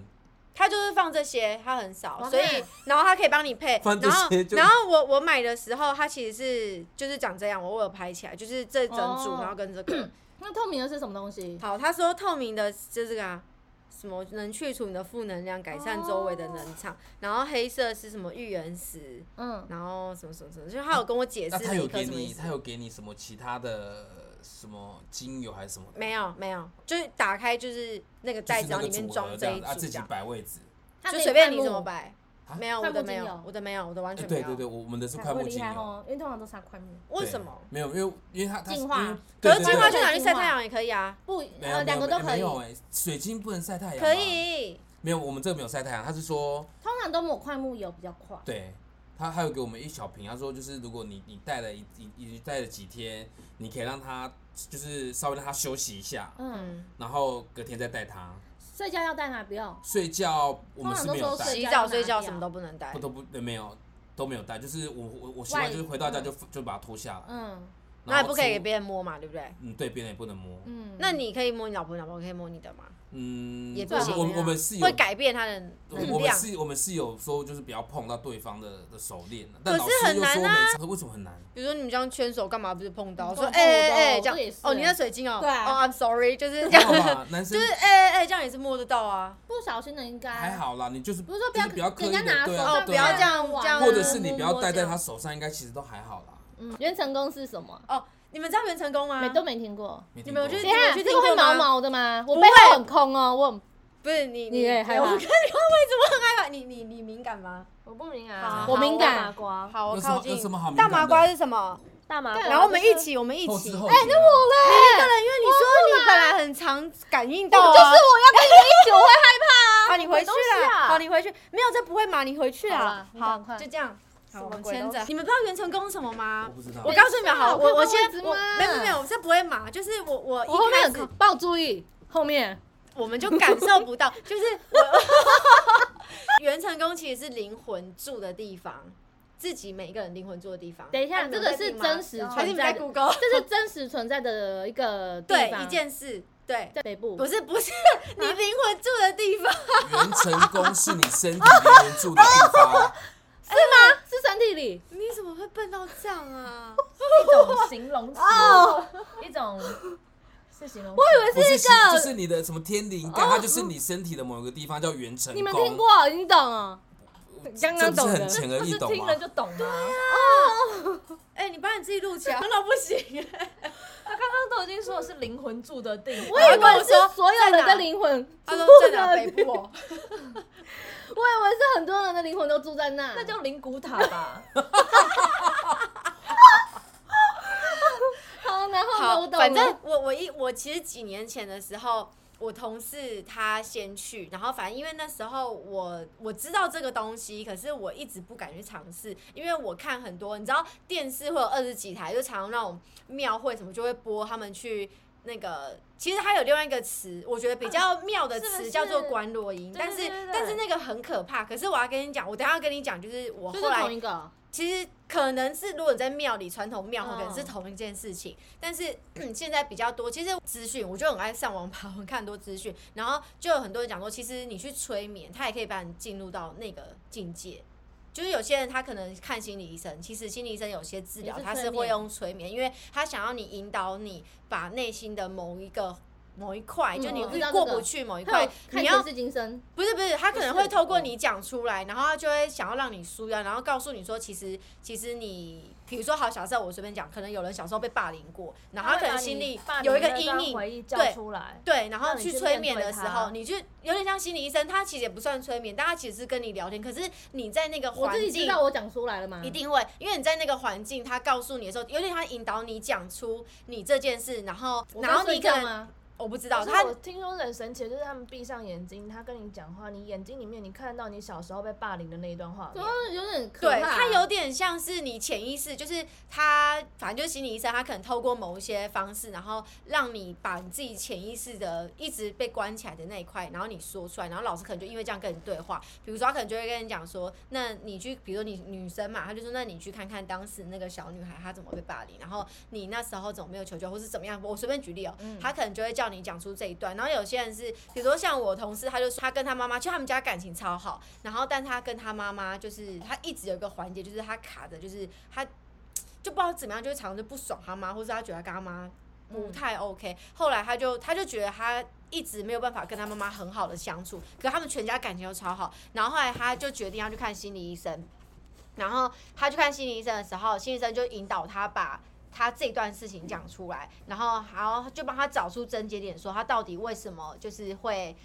Speaker 1: 他就是放这些，他很少，
Speaker 2: 我看
Speaker 1: 所以然后他可以帮你配，
Speaker 5: 放这
Speaker 1: 然后
Speaker 5: 些就
Speaker 1: 然后我我买的时候，他其实是就是长这样，我我有拍起来，就是这整组，
Speaker 2: 哦
Speaker 1: 然后跟这个。
Speaker 2: 那透明的是什么东西？
Speaker 1: 好，他说透明的就这个啊，什么能去除你的负能量，改善周围的能场，然后黑色是什么玉人石，
Speaker 2: 嗯，
Speaker 1: 然后什么什么什么，就是他有跟我解释
Speaker 5: 那他
Speaker 1: 每
Speaker 5: 有
Speaker 1: 一颗
Speaker 5: 给
Speaker 1: 什么意
Speaker 5: 你
Speaker 1: 思
Speaker 5: 他。有给你什么其他的什么精油还是什么？
Speaker 1: 没有没有，就是打开就是那个
Speaker 5: 就
Speaker 1: 袋
Speaker 5: 是
Speaker 1: 子，然后
Speaker 5: 那
Speaker 1: 里
Speaker 5: 个
Speaker 1: 面
Speaker 5: 组
Speaker 1: 装
Speaker 5: 合
Speaker 1: 这
Speaker 5: 这
Speaker 1: 一
Speaker 5: 样子啊，
Speaker 1: 组
Speaker 5: 自
Speaker 1: 这
Speaker 5: 己
Speaker 1: 样，
Speaker 5: 摆位置。
Speaker 2: 它可
Speaker 1: 就
Speaker 2: 以
Speaker 1: 随便
Speaker 2: 看
Speaker 1: 你怎么
Speaker 2: 木
Speaker 1: 摆
Speaker 5: 啊。
Speaker 1: 没有，我
Speaker 2: 快
Speaker 1: 的
Speaker 2: 木
Speaker 1: 没
Speaker 2: 精
Speaker 1: 有
Speaker 2: 油，
Speaker 1: 我的没有，我的完
Speaker 5: 哎，
Speaker 1: 全没
Speaker 5: 对
Speaker 1: 有。
Speaker 5: 对对，我我们的是
Speaker 2: 才
Speaker 5: 快
Speaker 2: 会
Speaker 5: 木
Speaker 2: 厉
Speaker 5: 精
Speaker 2: 害
Speaker 5: 油。
Speaker 2: 哦，因为通常都擦快木，
Speaker 1: 为
Speaker 5: 对
Speaker 1: 什么？
Speaker 5: 没有，因为因为它它
Speaker 2: 进化
Speaker 5: 因为对
Speaker 1: 可
Speaker 5: 对
Speaker 1: 是进
Speaker 5: 对
Speaker 1: 化
Speaker 2: 就
Speaker 1: 去哪里
Speaker 2: 进
Speaker 1: 晒
Speaker 2: 化
Speaker 1: 太阳也可以啊，
Speaker 2: 不
Speaker 5: 没有
Speaker 2: 呃两个都可
Speaker 5: 没
Speaker 2: 以，
Speaker 5: 有哎，水晶不能晒太阳。
Speaker 1: 可。以。
Speaker 5: 没有，我们这个没有晒太阳。他是说，
Speaker 2: 通常都抹快木油比较快。
Speaker 5: 对他还有给我们一小瓶，他说就是如果你你戴了一一一戴了几天，你可以让它就是稍微让它休息一下，
Speaker 2: 嗯，
Speaker 1: 嗯，
Speaker 5: 然后隔天再戴它。
Speaker 2: 睡觉要戴哪？不用。
Speaker 5: 睡觉我们是没
Speaker 2: 通
Speaker 5: 有
Speaker 2: 常都说
Speaker 5: 戴
Speaker 2: 睡，
Speaker 1: 洗澡睡觉什么都不能带
Speaker 5: 不。都不对没有都没有戴，就是我我我习惯
Speaker 2: 外
Speaker 5: 就是回到家
Speaker 2: 嗯
Speaker 5: 就就把它脱下来，
Speaker 2: 嗯
Speaker 1: 然后也不可以
Speaker 5: 出
Speaker 1: 给别人摸嘛，对不对？
Speaker 5: 嗯对别人也不能摸，
Speaker 2: 嗯，
Speaker 1: 那你可以摸你老婆，你老婆可以摸你的嘛，
Speaker 5: 嗯
Speaker 1: 也不
Speaker 5: 我
Speaker 1: 行
Speaker 5: 我
Speaker 1: 啊
Speaker 5: 我们是有
Speaker 1: 会改变他的
Speaker 5: 我
Speaker 1: 能
Speaker 5: 我们
Speaker 1: 量。
Speaker 5: 是，我们是有说就是不要碰到对方的的手链
Speaker 1: 可
Speaker 5: 的，但
Speaker 1: 是
Speaker 5: 老师
Speaker 1: 很
Speaker 5: 又
Speaker 1: 难啊
Speaker 5: 说没差，为什么很难？
Speaker 1: 比如说你们这样牵手干嘛？不是碰到
Speaker 2: 你
Speaker 1: 说
Speaker 2: 干嘛
Speaker 1: 哎
Speaker 2: 碰我的
Speaker 1: 哎哎
Speaker 2: 哦
Speaker 1: 这样
Speaker 2: 这也是
Speaker 1: 哦，你那水晶哦，
Speaker 2: 对啊
Speaker 1: 哦，I'm sorry，就是这
Speaker 5: 还好
Speaker 1: 样，
Speaker 5: 吧，男 生
Speaker 1: 就是哎哎哎这样也是摸得到啊。
Speaker 2: 不小心的应该
Speaker 5: 还。好啦，你就是
Speaker 2: 不是说
Speaker 5: 就
Speaker 2: 要
Speaker 5: 是不要刻意
Speaker 2: 人家拿手
Speaker 5: 的对
Speaker 2: 上
Speaker 5: 啊，
Speaker 1: 哦
Speaker 5: 对
Speaker 1: 不要
Speaker 5: 啊
Speaker 1: 这样这样
Speaker 5: 或者是你不要
Speaker 2: 戴
Speaker 5: 戴在他。手上，应该其实都还好啦。
Speaker 2: 嗯，原成功是什么？
Speaker 1: 哦，你们知道袁成功吗？
Speaker 2: 没都没听过。
Speaker 1: 你们有
Speaker 5: 听
Speaker 1: 去
Speaker 5: 过
Speaker 2: 等一下，
Speaker 1: 你有去
Speaker 2: 这
Speaker 1: 听
Speaker 2: 个
Speaker 1: 过吗
Speaker 2: 会毛毛的吗？我
Speaker 1: 不
Speaker 2: 背
Speaker 1: 会
Speaker 2: 后很空哦，我很
Speaker 1: 不是你
Speaker 2: 你也害怕
Speaker 1: 我跟你说为什么很害怕？你你你敏感吗？
Speaker 3: 我不敏感啊，
Speaker 1: 好
Speaker 2: 我敏感
Speaker 3: 大麻瓜，
Speaker 1: 好，我
Speaker 5: 有什么
Speaker 1: 靠近
Speaker 5: 有什么好敏
Speaker 1: 大
Speaker 5: 感的
Speaker 1: 麻瓜是什么？
Speaker 3: 大麻
Speaker 2: 对
Speaker 3: 瓜，
Speaker 2: 啊
Speaker 1: 然后我们
Speaker 3: 就是
Speaker 1: 一起，我们一
Speaker 5: 后
Speaker 1: 起。
Speaker 5: 知
Speaker 1: 你一
Speaker 5: 后
Speaker 1: 个
Speaker 5: 觉啊。哎，那我嘞，
Speaker 1: 人，因为你说你本来很常感应到啊，就是我
Speaker 2: 一起我会害啊
Speaker 1: 好，你回去
Speaker 3: 什么东西
Speaker 1: 啦。
Speaker 3: 啊
Speaker 1: 好，你回去。没有，这不会嘛？你回去
Speaker 2: 好
Speaker 1: 啦
Speaker 2: 啦。你
Speaker 1: 好
Speaker 2: 赶，快
Speaker 1: 就这样。好，我们
Speaker 3: 鬼
Speaker 1: 牵
Speaker 3: 东
Speaker 1: 着。你们知道袁成功是什么吗
Speaker 5: 我？不知道
Speaker 1: 我，告诉你们，好，
Speaker 2: 我看
Speaker 1: 我
Speaker 2: 到
Speaker 1: 我先
Speaker 2: 位置
Speaker 1: 我
Speaker 2: 吗
Speaker 1: 没有没有，这不会嘛？就是我我
Speaker 2: 我后
Speaker 1: 一
Speaker 2: 面
Speaker 1: 开
Speaker 2: 很
Speaker 1: 始
Speaker 2: 空，帮我注意 后面。
Speaker 1: 我们就感受不到，就是我袁成功其实是灵魂住的地方，自己每一个人灵魂住的地方。
Speaker 2: 等一下，
Speaker 1: 哎
Speaker 2: 这个是真实
Speaker 1: 还是你
Speaker 2: 存
Speaker 1: 在
Speaker 2: 在的，
Speaker 1: Google？
Speaker 2: 这是真实存在的一个地
Speaker 1: 对，
Speaker 2: 方
Speaker 1: 一件事，对，
Speaker 2: 在北部
Speaker 1: 不。是不是，你灵魂住的地方，
Speaker 5: 元成功是你身体里面住的地
Speaker 1: 哦
Speaker 5: 方，
Speaker 2: 哎是身体里，
Speaker 1: 你怎么会笨到这样啊？
Speaker 3: 一种形容 词，
Speaker 1: 哦
Speaker 3: 一种是形容词。我以为
Speaker 5: 不是就是你的什么天灵
Speaker 1: 哦
Speaker 5: 盖，它
Speaker 1: 嗯
Speaker 5: 就是你身体的某一个地方叫元成功。
Speaker 2: 你们听？过？你懂哦？刚刚
Speaker 5: 这不是
Speaker 2: 懂
Speaker 5: 很
Speaker 2: 的，
Speaker 5: 浅而易
Speaker 3: 不是
Speaker 5: 懂
Speaker 3: 听
Speaker 5: 吗
Speaker 3: 了？就懂
Speaker 1: 啊
Speaker 3: 吗？
Speaker 1: 哎，你把你自己录起来，那不行。
Speaker 3: 他刚刚都已经说的是灵魂住的地方，
Speaker 2: 我以
Speaker 1: 他跟我
Speaker 2: 为
Speaker 1: 说
Speaker 2: 是所有人
Speaker 1: 在哪
Speaker 2: 的灵魂，
Speaker 1: 他说在 哪北部哦？
Speaker 2: 我以为是很多人的灵魂都住在那，
Speaker 3: 那叫灵骨塔吧。
Speaker 2: 好。然后呢
Speaker 1: 好
Speaker 2: 我，懂了
Speaker 1: 反正我我一我其实几年前的时候，我同事他先去，然后反正因为那时候我我知道这个东西，可是我一直不敢去尝试，因为我看很多，你知道电视会有二十几台，就常常那种庙会什么就会播他们去。那个其实它有另外一个词，我觉得比较妙的
Speaker 3: 是不
Speaker 1: 词
Speaker 3: 是
Speaker 1: 叫做关落音，
Speaker 3: 对
Speaker 1: 但是
Speaker 3: 对对对
Speaker 1: 但是那个很可怕。可是我要跟你讲，我等一下要跟你讲，就是我
Speaker 2: 就
Speaker 1: 后
Speaker 2: 是
Speaker 1: 来
Speaker 2: 同一个，
Speaker 1: 其实可能是如果在庙里传统庙，
Speaker 3: 嗯
Speaker 1: 可能是同一件事情，但是 现在比较多。其实资讯，我就很爱上网爬文看很多资讯，然后就有很多人讲说，其实你去催眠，它也可以把你进入到那个境界。就是有些人他可能看心理医生，其实心理医生有些治疗
Speaker 2: 也是
Speaker 1: 他是
Speaker 2: 催眠
Speaker 1: 会用催眠，因为他想要你引导你把内心的某一个某一块，
Speaker 2: 嗯
Speaker 1: 就你
Speaker 2: 我知道
Speaker 1: 过
Speaker 2: 这个
Speaker 1: 不去某一
Speaker 2: 还
Speaker 1: 块
Speaker 2: 有，看
Speaker 1: 你要
Speaker 2: 前世今生，
Speaker 1: 不是不是，他可能
Speaker 2: 不是
Speaker 1: 会透过你讲出来，然后他就会想要让你输掉，然后告诉你说，其实其实你，比如说好，小时候我随便讲，可能有人小时候被霸凌过， 然后他可能心里有一个阴影，
Speaker 3: 回忆叫
Speaker 1: 对
Speaker 3: 出来，
Speaker 1: 对，然后
Speaker 3: 让你
Speaker 1: 去
Speaker 3: 去
Speaker 1: 催眠
Speaker 3: 面对
Speaker 1: 的时
Speaker 3: 它
Speaker 1: 候，你就有点像心理医生，他其实也不算催眠，但他其实是跟你聊天，可是你在那个
Speaker 2: 我
Speaker 1: 环
Speaker 2: 自己知
Speaker 1: 境。
Speaker 2: 道我讲出来了吗？
Speaker 1: 一定会，因为你在那个环境，他告诉你的时候，有点他引导你讲出你这件事，然后
Speaker 2: 我
Speaker 1: 然
Speaker 2: 刚
Speaker 1: 后
Speaker 2: 睡
Speaker 1: 你可
Speaker 2: 觉
Speaker 1: 能
Speaker 2: 吗？
Speaker 1: 我不知
Speaker 3: 但
Speaker 1: 道
Speaker 3: 是
Speaker 1: 他
Speaker 3: 我听说很神奇的，就是他们闭上眼睛，他跟你讲话，你眼睛里面你看到你小时候被霸凌的那一段画
Speaker 2: 怎
Speaker 3: 面
Speaker 2: 么。有点可
Speaker 1: 对，
Speaker 2: 怕啊？
Speaker 1: 它有点像是你潜意识，就是他反正就是心理医生，他可能透过某一些方式，然后让你把你自己潜意识的一直被关起来的那一块，然后你说出来，然后老师可能就因为这样跟你对话，比如说他可能就会跟你讲说，那你去，比如说你女生嘛，他就说那你去看看当时那个小女孩她怎么被霸凌，然后你那时候怎么没有求救，或是怎么样，我随便举例哦、
Speaker 2: 嗯
Speaker 1: 他可能就会叫你讲出这一段。然后有些人是，比如说像我同事，他就说他跟他妈妈，就他们家感情超好，然后但他跟他妈妈就是他一直有一个环节，就是他卡着，就是他。就不知道怎么样，就是常常就不爽他妈，或者他觉得他跟他妈不太 OK、后来他就他就觉得他一直没有办法跟他妈妈很好的相处，可他们全家感情都超好。然后后来他就决定要去看心理医生，然后他去看心理医生的时候，心理医生就引导他把他这段事情讲出来，然后然后就帮他找出症结点，说他到底为什么就是会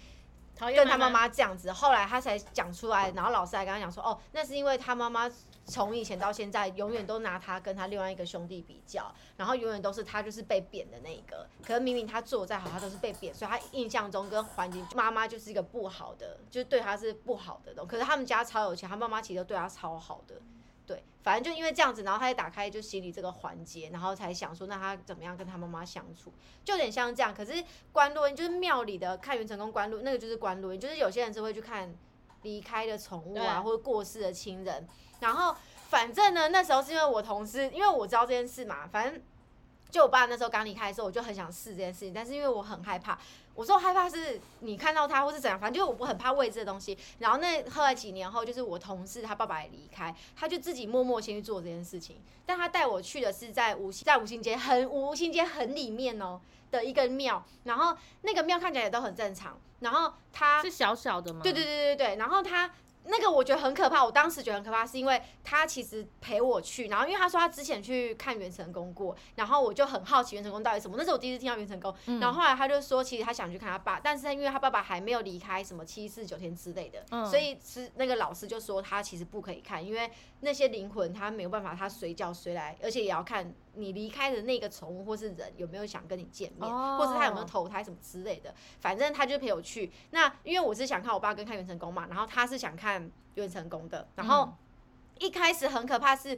Speaker 2: 讨厌
Speaker 1: 跟他妈妈这样子，后来他才讲出来，然后老师还跟他讲说，哦，那是因为他妈妈从以前到现在永远都拿他跟他另外一个兄弟比较，然后永远都是他就是被贬的那一个，可是明明他做再好，他都是被贬，所以他印象中跟环境妈妈就是一个不好的，就是对他是不好的东西可是他们家超有钱，他妈妈其实都对他超好的。对，反正就因为这样子，然后他也打开就心理这个环节，然后才想说，那他怎么样跟他妈妈相处，就有点像这样。可是关落音就是庙里的看云成功关落，那个就是关落音，就是有些人是会去看离开的宠物啊，
Speaker 2: 对
Speaker 1: 或者过世的亲人。然后反正呢，那时候是因为我同事，因为我知道这件事嘛，反正就我爸那时候刚离开的时候，我就很想试这件事情，但是因为我很害怕，我说害怕是你看到他或是怎样，反正就是我我很怕未知的东西。然后那后来几年后，就是我同事他爸爸也离开，他就自己默默先去做这件事情。但他带我去的是在五星，在五星街很五星街很里面哦的一个庙，然后那个庙看起来也都很正常。然后他
Speaker 2: 是小小的吗？
Speaker 1: 对对对对对，然后他那个我觉得很可怕，我当时觉得很可怕，是因为他其实陪我去，然后因为他说他之前去看元成功过，然后我就很好奇元成功到底什么，那是我第一次听到元成功，
Speaker 2: 嗯，
Speaker 1: 然后后来他就说，其实他想去看他爸，但是他因为他爸爸还没有离开什么七四九天之类的，
Speaker 2: 嗯
Speaker 1: 所以是那个老师就说他其实不可以看，因为那些灵魂他没有办法，他随叫随来，而且也要看你离开的那个宠物或是人有没有想跟你见面，
Speaker 2: 哦
Speaker 1: 或是他有没有投胎什么之类的。反正他就陪我去。那因为我是想看我爸跟看袁成功嘛，然后他是想看袁成功的，然后
Speaker 2: 嗯
Speaker 1: 一开始很可怕是。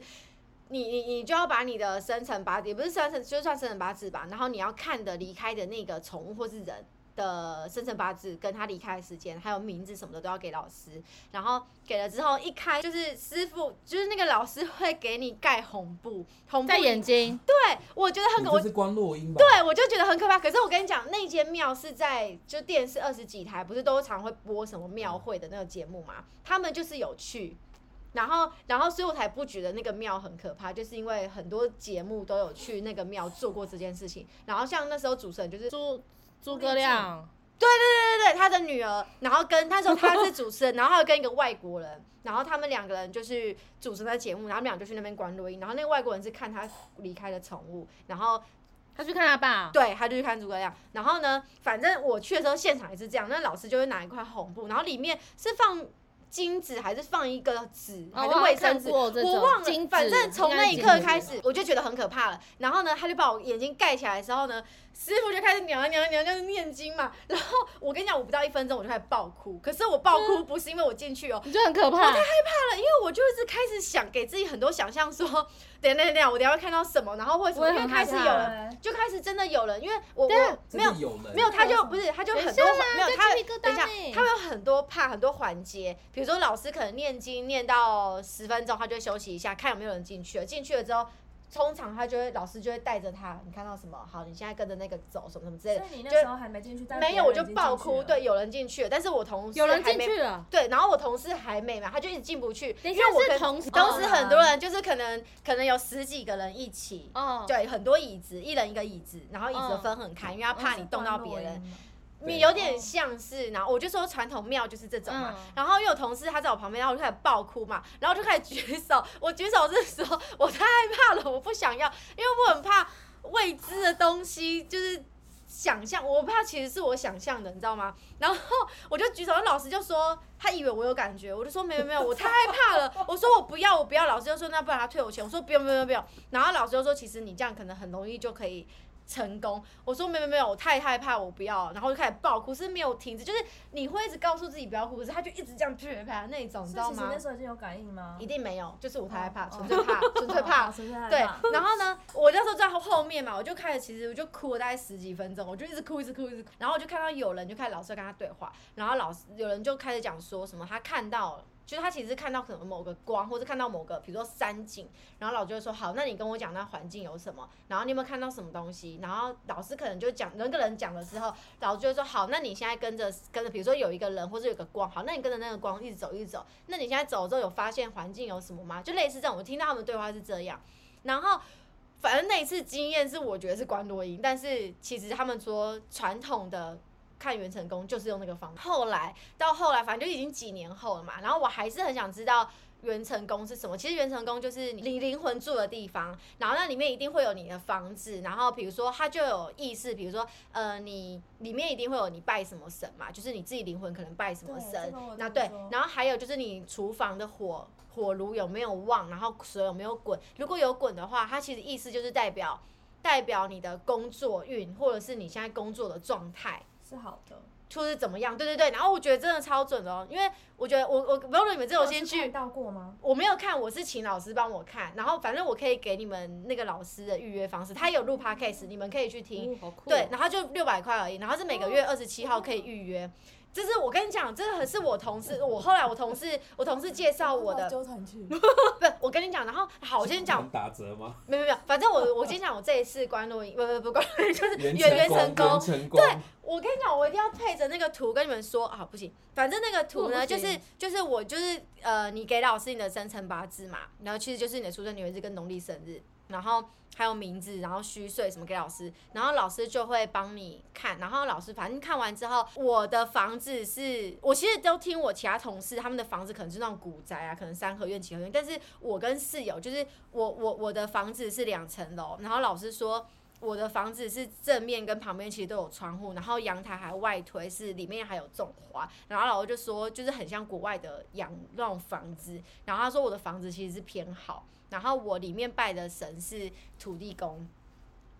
Speaker 1: 你你你就要把你的生辰八字，也不是生辰，就算生辰八字吧。然后你要看的离开的那个宠物或是人的生辰八字，跟他离开的时间，还有名字什么的都要给老师。然后给了之后，一开就是师傅，就是那个老师会给你盖红布，红布
Speaker 2: 在眼睛，
Speaker 1: 对我觉得很
Speaker 6: 你
Speaker 1: 可，我
Speaker 6: 这是关落音吧？
Speaker 1: 对，我就觉得很可怕。可是我跟你讲，那间庙是在就电视二十几台，不是都常会播什么庙会的那个节目嘛？他们就是有去，然后然后所以我才不觉得那个庙很可怕，就是因为很多节目都有去那个庙做过这件事情。然后像那时候主持人就是
Speaker 2: 诸诸葛亮，
Speaker 1: 对对，他的女儿，然后跟那时候他是主持人，然后还有跟一个外国人，然后他们两个人就是主持那节目，然后他们俩就去那边关录音，然后那个外国人是看他离开的宠物，然后
Speaker 2: 他去看他爸，
Speaker 1: 对，他就去看诸葛亮。然后呢，反正我去的时候现场也是这样，那老师就会拿一块红布，然后里面是放金子还是放一个纸
Speaker 2: 哦
Speaker 1: 还是卫生
Speaker 2: 我好像看
Speaker 1: 纸，
Speaker 2: 过这种
Speaker 1: 我忘
Speaker 2: 金
Speaker 1: 了。
Speaker 2: 纸
Speaker 1: 反正从那一刻开
Speaker 2: 应该是金
Speaker 1: 始，我就觉得很可怕了。然后呢，他就把我眼睛盖起来的时候呢，师傅就开始啊娘娘娘就是念经嘛。然后我跟你讲，我不到一分钟我就开始爆哭，可是我爆哭
Speaker 2: 嗯
Speaker 1: 不是因为我进去哦，
Speaker 2: 你就很可怕。
Speaker 1: 因为我就是开始想给自己很多想象，说等等等一下，我等一下会看到什么，然后或者什么，
Speaker 2: 我也
Speaker 1: 因为
Speaker 2: 很
Speaker 1: 开
Speaker 2: 害
Speaker 1: 始
Speaker 2: 怕欸
Speaker 1: 有人，就开始真的有人，因为我
Speaker 2: 啊
Speaker 1: 我
Speaker 6: 这
Speaker 1: 没
Speaker 6: 是
Speaker 1: 有
Speaker 6: 有人
Speaker 1: 没有，他就不是他就
Speaker 2: 等一
Speaker 1: 很
Speaker 2: 下
Speaker 1: 多
Speaker 2: 啦
Speaker 1: 没有
Speaker 2: 这
Speaker 1: 他
Speaker 2: 鸡皮疙瘩
Speaker 1: 等一下
Speaker 2: 呢
Speaker 1: 他会有很多怕很多环节，比如说老师可能念经念到十分钟，他就会休息一下，看有没有人进去了。进去了之后，通常他就会老师就会带着他，你看到什么，好，你现在跟着那个走，什么什么之类的
Speaker 6: 所。以你那
Speaker 1: 就
Speaker 6: 时候还没进去，但
Speaker 1: 没
Speaker 6: 别
Speaker 1: 有，我
Speaker 6: 人
Speaker 1: 就
Speaker 6: 已经
Speaker 1: 爆
Speaker 6: 进去
Speaker 1: 哭。
Speaker 6: 了，
Speaker 1: 对，有人进去了，但是我同事
Speaker 2: 有人
Speaker 1: 还
Speaker 2: 进
Speaker 1: 没
Speaker 2: 去了。
Speaker 1: 对，然后我同事还没嘛，他就一直进不去。
Speaker 2: 等一
Speaker 1: 因
Speaker 2: 下
Speaker 1: 为我
Speaker 2: 是
Speaker 1: 跟
Speaker 2: 同事
Speaker 1: 当时
Speaker 2: 哦
Speaker 1: 很多人就是可能可能有十几个人一起，
Speaker 2: 哦，
Speaker 1: 对，很多椅子，一人一个椅子，然后椅子
Speaker 2: 嗯
Speaker 1: 分很开，因为他怕你动到别人。
Speaker 5: 对
Speaker 1: 你有点像是，然后我就说传统庙就是这种嘛。
Speaker 2: 哦嗯
Speaker 1: 然后又有同事他在我旁边，然后我就开始爆哭嘛，然后我就开始举手。我举手的时候，我太害怕了，我不想要，因为我很怕未知的东西，就是想象，我怕其实是我想象的，你知道吗？然后我就举手，老师就说他以为我有感觉，我就说没有没有，我太害怕了，我说我不要我不要，老师就说那不然他退我钱，我说不用不用不用，然后老师就说其实你这样可能很容易就可以。成功，我说没有没有，我太害怕，我不要，然后就开始爆哭，是没有停止，就是你会一直告诉自己不要哭，可是他就一直这样噼里啪啦那种，你
Speaker 6: 所
Speaker 1: 知
Speaker 6: 以
Speaker 1: 道
Speaker 6: 其实
Speaker 1: 吗
Speaker 6: 那？时候已经有感应吗？
Speaker 1: 一定没有，就是我太害怕，
Speaker 6: 哦
Speaker 1: 纯粹怕，纯粹怕
Speaker 6: 哦，纯粹害
Speaker 1: 对
Speaker 6: 怕，
Speaker 1: 然后呢，我那时候在后面嘛，我就开始，其实我就哭了大概十几分钟，我就一直哭，一直哭，一直哭。然后我就看到有人就开始老师在跟他对话，然后老师有人就开始讲说什么他看到，就是他其实看到可能某个光，或者看到某个比如说山景，然后老师就会说好，那你跟我讲那环境有什么，然后你有没有看到什么东西？然后老师可能就讲人跟人讲的时候，老师就会说哦好，那你现在跟着跟着，比如说有一个人或者有个光，好，那你跟着那个光一直走一直走，那你现在走的时候有发现环境有什么吗？就类似这种，我听到他们对话是这样，然后。反正那一次经验是我觉得是关多音，但是其实他们说传统的看元成功就是用那个方法。后来到后来，反正就已经几年后了嘛，然后我还是很想知道元成功是什么。其实元成功就是你灵魂住的地方，然后那里面一定会有你的房子，然后比如说它就有意识，比如说呃你里面一定会有你拜什么神嘛，就是你自己灵魂可能拜什么
Speaker 6: 对
Speaker 1: 神
Speaker 6: 这个我，
Speaker 1: 那
Speaker 6: 听
Speaker 1: 对
Speaker 6: 说，
Speaker 1: 然后还有就是你厨房的火火炉有没有旺，然后水有没有滚，如果有滚的话，它其实意思就是代表。代表你的工作运，或者是你现在工作的状态，
Speaker 6: 是好的。
Speaker 1: 就是怎么样，对对对。然后我觉得真的超准的哦，因为我觉得我我不知道你们这种先
Speaker 6: 你有
Speaker 1: 去
Speaker 6: 看，到过吗？
Speaker 1: 我没有看，我是请老师帮我看，然后反正我可以给你们那个老师的预约方式，他有录 podcast，你们可以去听。
Speaker 6: 嗯
Speaker 2: 好酷
Speaker 1: 对，然后就六百块而已，然后是每个
Speaker 6: 哦
Speaker 1: 月二十七号可以预约。这是我跟你讲，这个是我同事，我后来我同事， 我同事介绍我的，
Speaker 6: 纠团 去，
Speaker 1: 不，我跟你讲，然后好，我先讲
Speaker 7: 能，打折吗？
Speaker 1: 没有没有，反正我我先讲我这一次关录音，不不不关录音，就是
Speaker 7: 原
Speaker 1: 圆圆
Speaker 7: 成
Speaker 1: 成
Speaker 7: 功，
Speaker 1: 功
Speaker 7: 原，成功，
Speaker 1: 对我跟你讲，我一定要配着那个图跟你们说啊，不行，反正那个图呢，
Speaker 2: 我不
Speaker 1: 就
Speaker 2: 行
Speaker 1: 是就是我就是呃，你给老师你的生辰八字嘛，然后其实就是你的出生年月日跟农历生日，然后还有名字，然后虚岁什么给老师，然后老师就会帮你看，然后老师反正看完之后，我的房子是我其实都听我其他同事他们的房子可能是那种古宅啊，可能三合院、几合院，但是我跟室友就是我我我的房子是两层楼，然后老师说。我的房子是正面跟旁边其实都有窗户，然后阳台还外推是里面还有种花，然后老师就说就是很像国外的洋那种房子，然后他说我的房子其实是偏好，然后我里面拜的神是土地公。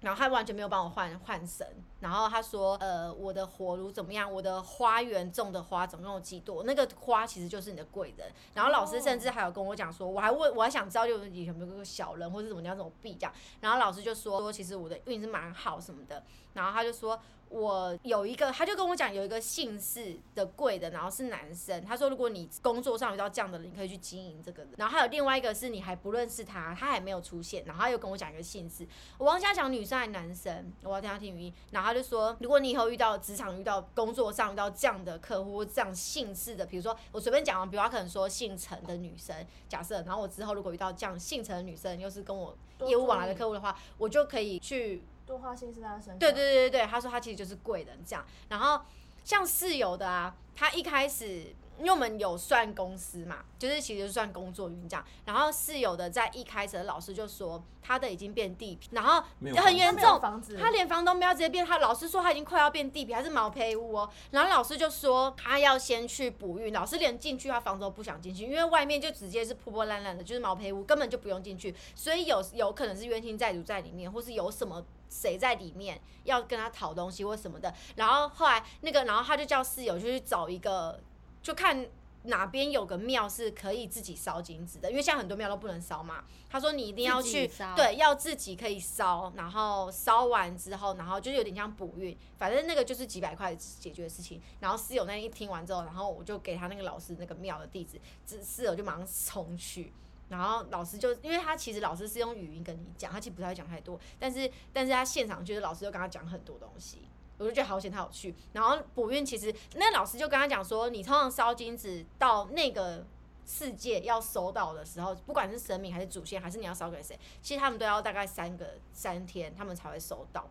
Speaker 1: 然后他完全没有帮我换换神，然后他说，呃，我的火炉怎么样？我的花园种的花总共有几朵？那个花其实就是你的贵人。然后老师甚至还有跟我讲说，我还问，我还想知道就是你有没有个小人或者怎么样怎么避这样。然后老师就说说其实我的运是蛮好什么的，然后他就说我有一个，他就跟我讲有一个姓氏的贵人，然后是男生，他说如果你工作上遇到这样的人，你可以去经营这个人。然后还有另外一个是你还不认识他，他还没有出现，然后他又跟我讲一个姓氏，我忘记他讲女生还是男生，我要听他听语音，然后他就说如果你以后遇到职场遇到工作上遇到这样的客户，这样姓氏的，比如说我随便讲啊，比如他可能说姓陈的女生，假设，然后我之后如果遇到这样姓陈的女生，又是跟我
Speaker 6: 多
Speaker 1: 业务往
Speaker 6: 注
Speaker 1: 来的
Speaker 6: 意
Speaker 1: 客户的话，我就可以去
Speaker 6: 多花心思在他身上。
Speaker 1: 对对对对对，他说他其实就是贵人这样。然后像室友的啊，他一开始因为我们有算公司嘛，就是其实就是算工作运这样。然后室友的在一开始的老师就说他的已经变地皮，然后
Speaker 7: 没有
Speaker 1: 很
Speaker 7: 房
Speaker 1: 严
Speaker 6: 没有
Speaker 1: 重，
Speaker 6: 房子，
Speaker 1: 他连房东标直接变，他老师说他已经快要变地皮，还是毛坯屋哦。然后老师就说他要先去补运，老师连进去他房子都不想进去，因为外面就直接是破破烂烂的，就是毛坯屋，根本就不用进去。所以有有可能是冤亲债主在里面，或是有什么谁在里面要跟他讨东西或什么的。然后后来那个，然后他就叫室友就去找一个，就看哪边有个庙是可以自己烧金纸的，因为现在很多庙都不能烧嘛。他说你一定要
Speaker 2: 自己
Speaker 1: 去
Speaker 2: 烧，
Speaker 1: 对，要自己可以烧，然后烧完之后，然后就是有点像补运，反正那个就是几百块解决的事情。然后室友那天一听完之后，然后我就给他那个老师那个庙的地址，室室友就马上冲去。然后老师就，因为他其实老师是用语音跟你讲，他其实不太会讲太多，但是但是他现场就是老师就跟他讲很多东西，我就觉得好险他有去。然后补运其实那老师就跟他讲说，你通常烧金纸到那个世界要收到的时候，不管是神明还是祖先，还是你要烧给谁，其实他们都要大概三个三天，他们才会收到。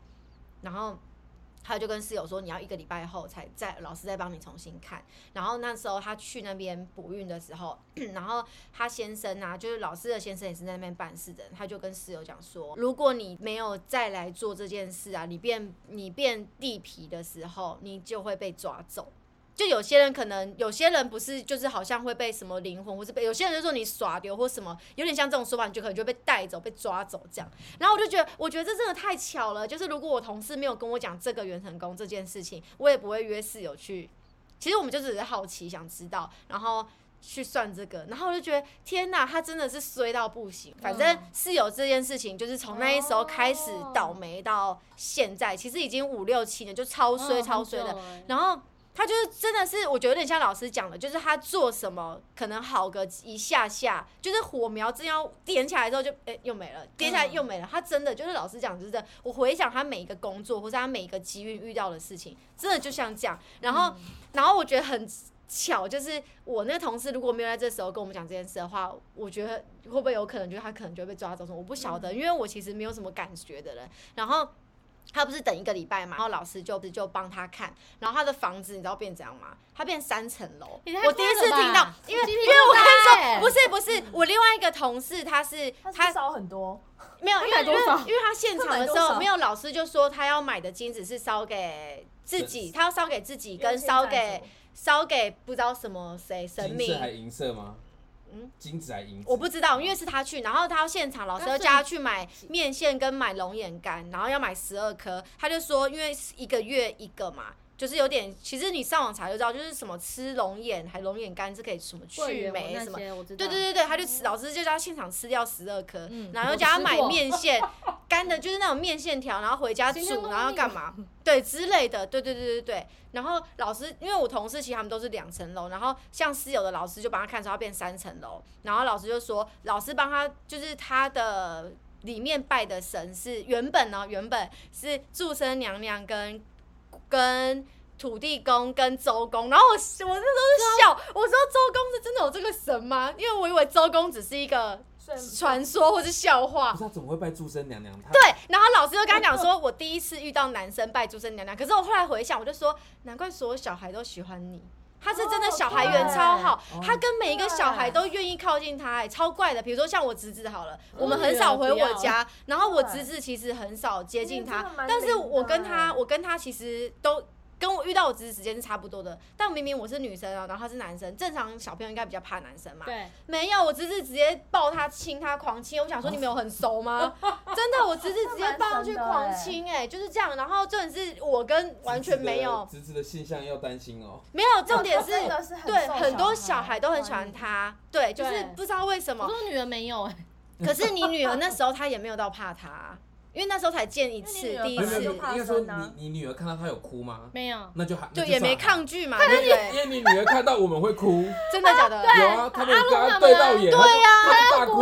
Speaker 1: 然后他就跟室友说，你要一个礼拜后才再老师再帮你重新看。然后那时候他去那边补运的时候，然后他先生啊，就是老师的先生也是在那边办事的人，他就跟室友讲说，如果你没有再来做这件事啊，你变你变地痞的时候，你就会被抓走。就有些人可能，有些人不是，就是好像会被什么灵魂，或是被有些人就说你耍流或什么，有点像这种说法，你就可能就被带走、被抓走这样。然后我就觉得，我觉得这真的太巧了。就是如果我同事没有跟我讲这个元成功这件事情，我也不会约室友去。其实我们就只是好奇，想知道，然后去算这个，然后我就觉得天哪，他真的是衰到不行。反正室友这件事情，就是从那一时候开始
Speaker 2: 嗯哦
Speaker 1: 倒霉到现在，其实已经五六七年，就超衰、
Speaker 2: 嗯
Speaker 1: 超衰的。，
Speaker 2: 很久欸
Speaker 1: 然后他就是真的是，我觉得有点像老师讲的，就是他做什么可能好个一下下，就是火苗正要点起来之后就哎、诶又没了，点起来又没了。他真的就是老师讲，就是真的我回想他每一个工作或是他每一个机遇遇到的事情，真的就像这样。然后，然后我觉得很。巧，就是我那个同事如果没有在这时候跟我们讲这件事的话，我觉得会不会有可能，就是他可能就会被抓走什么？我不晓得，因为我其实没有什么感觉的人。然后他不是等一个礼拜嘛，然后老师就就帮他看，然后他的房子你知道变怎样吗？他变三层楼，
Speaker 2: 也太
Speaker 1: 我第一次
Speaker 2: 夸张啊了
Speaker 1: 听到
Speaker 2: 吧，
Speaker 1: 因为
Speaker 2: 鸡
Speaker 1: 因
Speaker 2: 皮
Speaker 1: 为我
Speaker 2: 疙瘩
Speaker 1: 跟你
Speaker 2: 欸
Speaker 1: 说，不是不是，我另外一个同事他是
Speaker 6: 他是烧很多，
Speaker 1: 没有，因为
Speaker 2: 买
Speaker 1: 因
Speaker 2: 多
Speaker 1: 为
Speaker 2: 少
Speaker 1: 因为他现场
Speaker 6: 他买
Speaker 1: 的时
Speaker 6: 多
Speaker 1: 候
Speaker 6: 少
Speaker 1: 没有老师就说他要买的金子是烧给自己，他要烧给自己跟烧给烧给不知道什么谁神
Speaker 5: 金色还
Speaker 1: 明。
Speaker 5: 银色吗？
Speaker 1: 嗯
Speaker 5: 嗯，金子还银色？
Speaker 1: 我不知道，因为是他去，然后他要现场，老师要叫他去买面线跟买龙眼干，然后要买十二颗。他就说，因为一个月一个嘛，就是有点，其实你上网查就知道，就是什么吃龙眼还龙眼干是可以什么
Speaker 2: 桂
Speaker 1: 去
Speaker 2: 圆
Speaker 1: 霉
Speaker 2: 我
Speaker 1: 什么
Speaker 2: 那，些我知道，
Speaker 1: 对对对对，他就吃，老师就叫他现场吃掉十二颗
Speaker 2: 嗯，
Speaker 1: 然后
Speaker 2: 我
Speaker 1: 叫他
Speaker 2: 吃
Speaker 1: 买
Speaker 2: 过
Speaker 1: 面线干的，就是那种面线条，然后回家
Speaker 2: 今天
Speaker 1: 煮，
Speaker 2: 都
Speaker 1: 然后
Speaker 2: 腻
Speaker 1: 干嘛，对之类的，对对对对对。然后老师，因为我同事其实他们都是两层楼，然后像室友的老师就帮他看说他变三层楼，然后老师就说，老师帮他就是他的里面拜的神是原本呢、原本是祝生娘娘跟跟土地公跟周公，然后我我那时候就笑，我说周公是真的有这个神吗？因为我以为周公只是一个传说或是笑
Speaker 5: 不啊
Speaker 1: 话。
Speaker 5: 知道怎么会拜祝生娘娘？对
Speaker 1: 对，然后老师就跟他讲说，我第一次遇到男生拜诸生娘娘，可是我后来回想，我就说，难怪所有小孩都喜欢你。他是真的小孩缘超好，
Speaker 6: 哦
Speaker 1: 他跟每一个小孩都愿意靠近他、哎，超怪的。比如说像我侄子好了，我们很少回我家，然后我侄子其实很少接近
Speaker 6: 因为
Speaker 1: 他
Speaker 6: 嗯真的，蛮
Speaker 1: 但是我跟
Speaker 6: 灵的
Speaker 1: 他，我跟他其实都跟我遇到我侄子时间是差不多的，但明明我是女生啊，然后他是男生，正常小朋友应该比较怕男生嘛，
Speaker 2: 对，
Speaker 1: 没有，我侄子直接抱他亲他狂亲，我想说你们有很熟吗？
Speaker 6: 哦
Speaker 1: 真的，我侄子直接抱上去狂亲， 哎，就是这样。然后重点是我跟完全没有，
Speaker 5: 侄子的现象要担心哦。
Speaker 1: 没有，重点是
Speaker 6: 真的是很
Speaker 1: 对
Speaker 6: 受
Speaker 1: 很多
Speaker 6: 小
Speaker 1: 小
Speaker 6: 孩
Speaker 1: 孩都很喜欢他，对，就是不知道为什
Speaker 2: 我
Speaker 1: 么。
Speaker 2: 说女儿没有哎，
Speaker 1: 可是你女儿那时候她也没有到怕他，因为那时候才见一次，
Speaker 6: 因为
Speaker 1: 第
Speaker 6: 你女
Speaker 1: 一
Speaker 6: 儿本来就
Speaker 1: 次
Speaker 5: 应
Speaker 6: 怕
Speaker 5: 该说
Speaker 6: 生啊
Speaker 5: 你你女儿看到他有哭吗？
Speaker 2: 没有，
Speaker 5: 那就还
Speaker 1: 就也没
Speaker 5: 看，
Speaker 1: 抗拒嘛，对不对
Speaker 5: 因？为你女儿看到我们会哭，
Speaker 1: 真的 假的？
Speaker 5: 有啊，他们刚刚对到眼，对
Speaker 1: 啊
Speaker 5: 呀，大哭。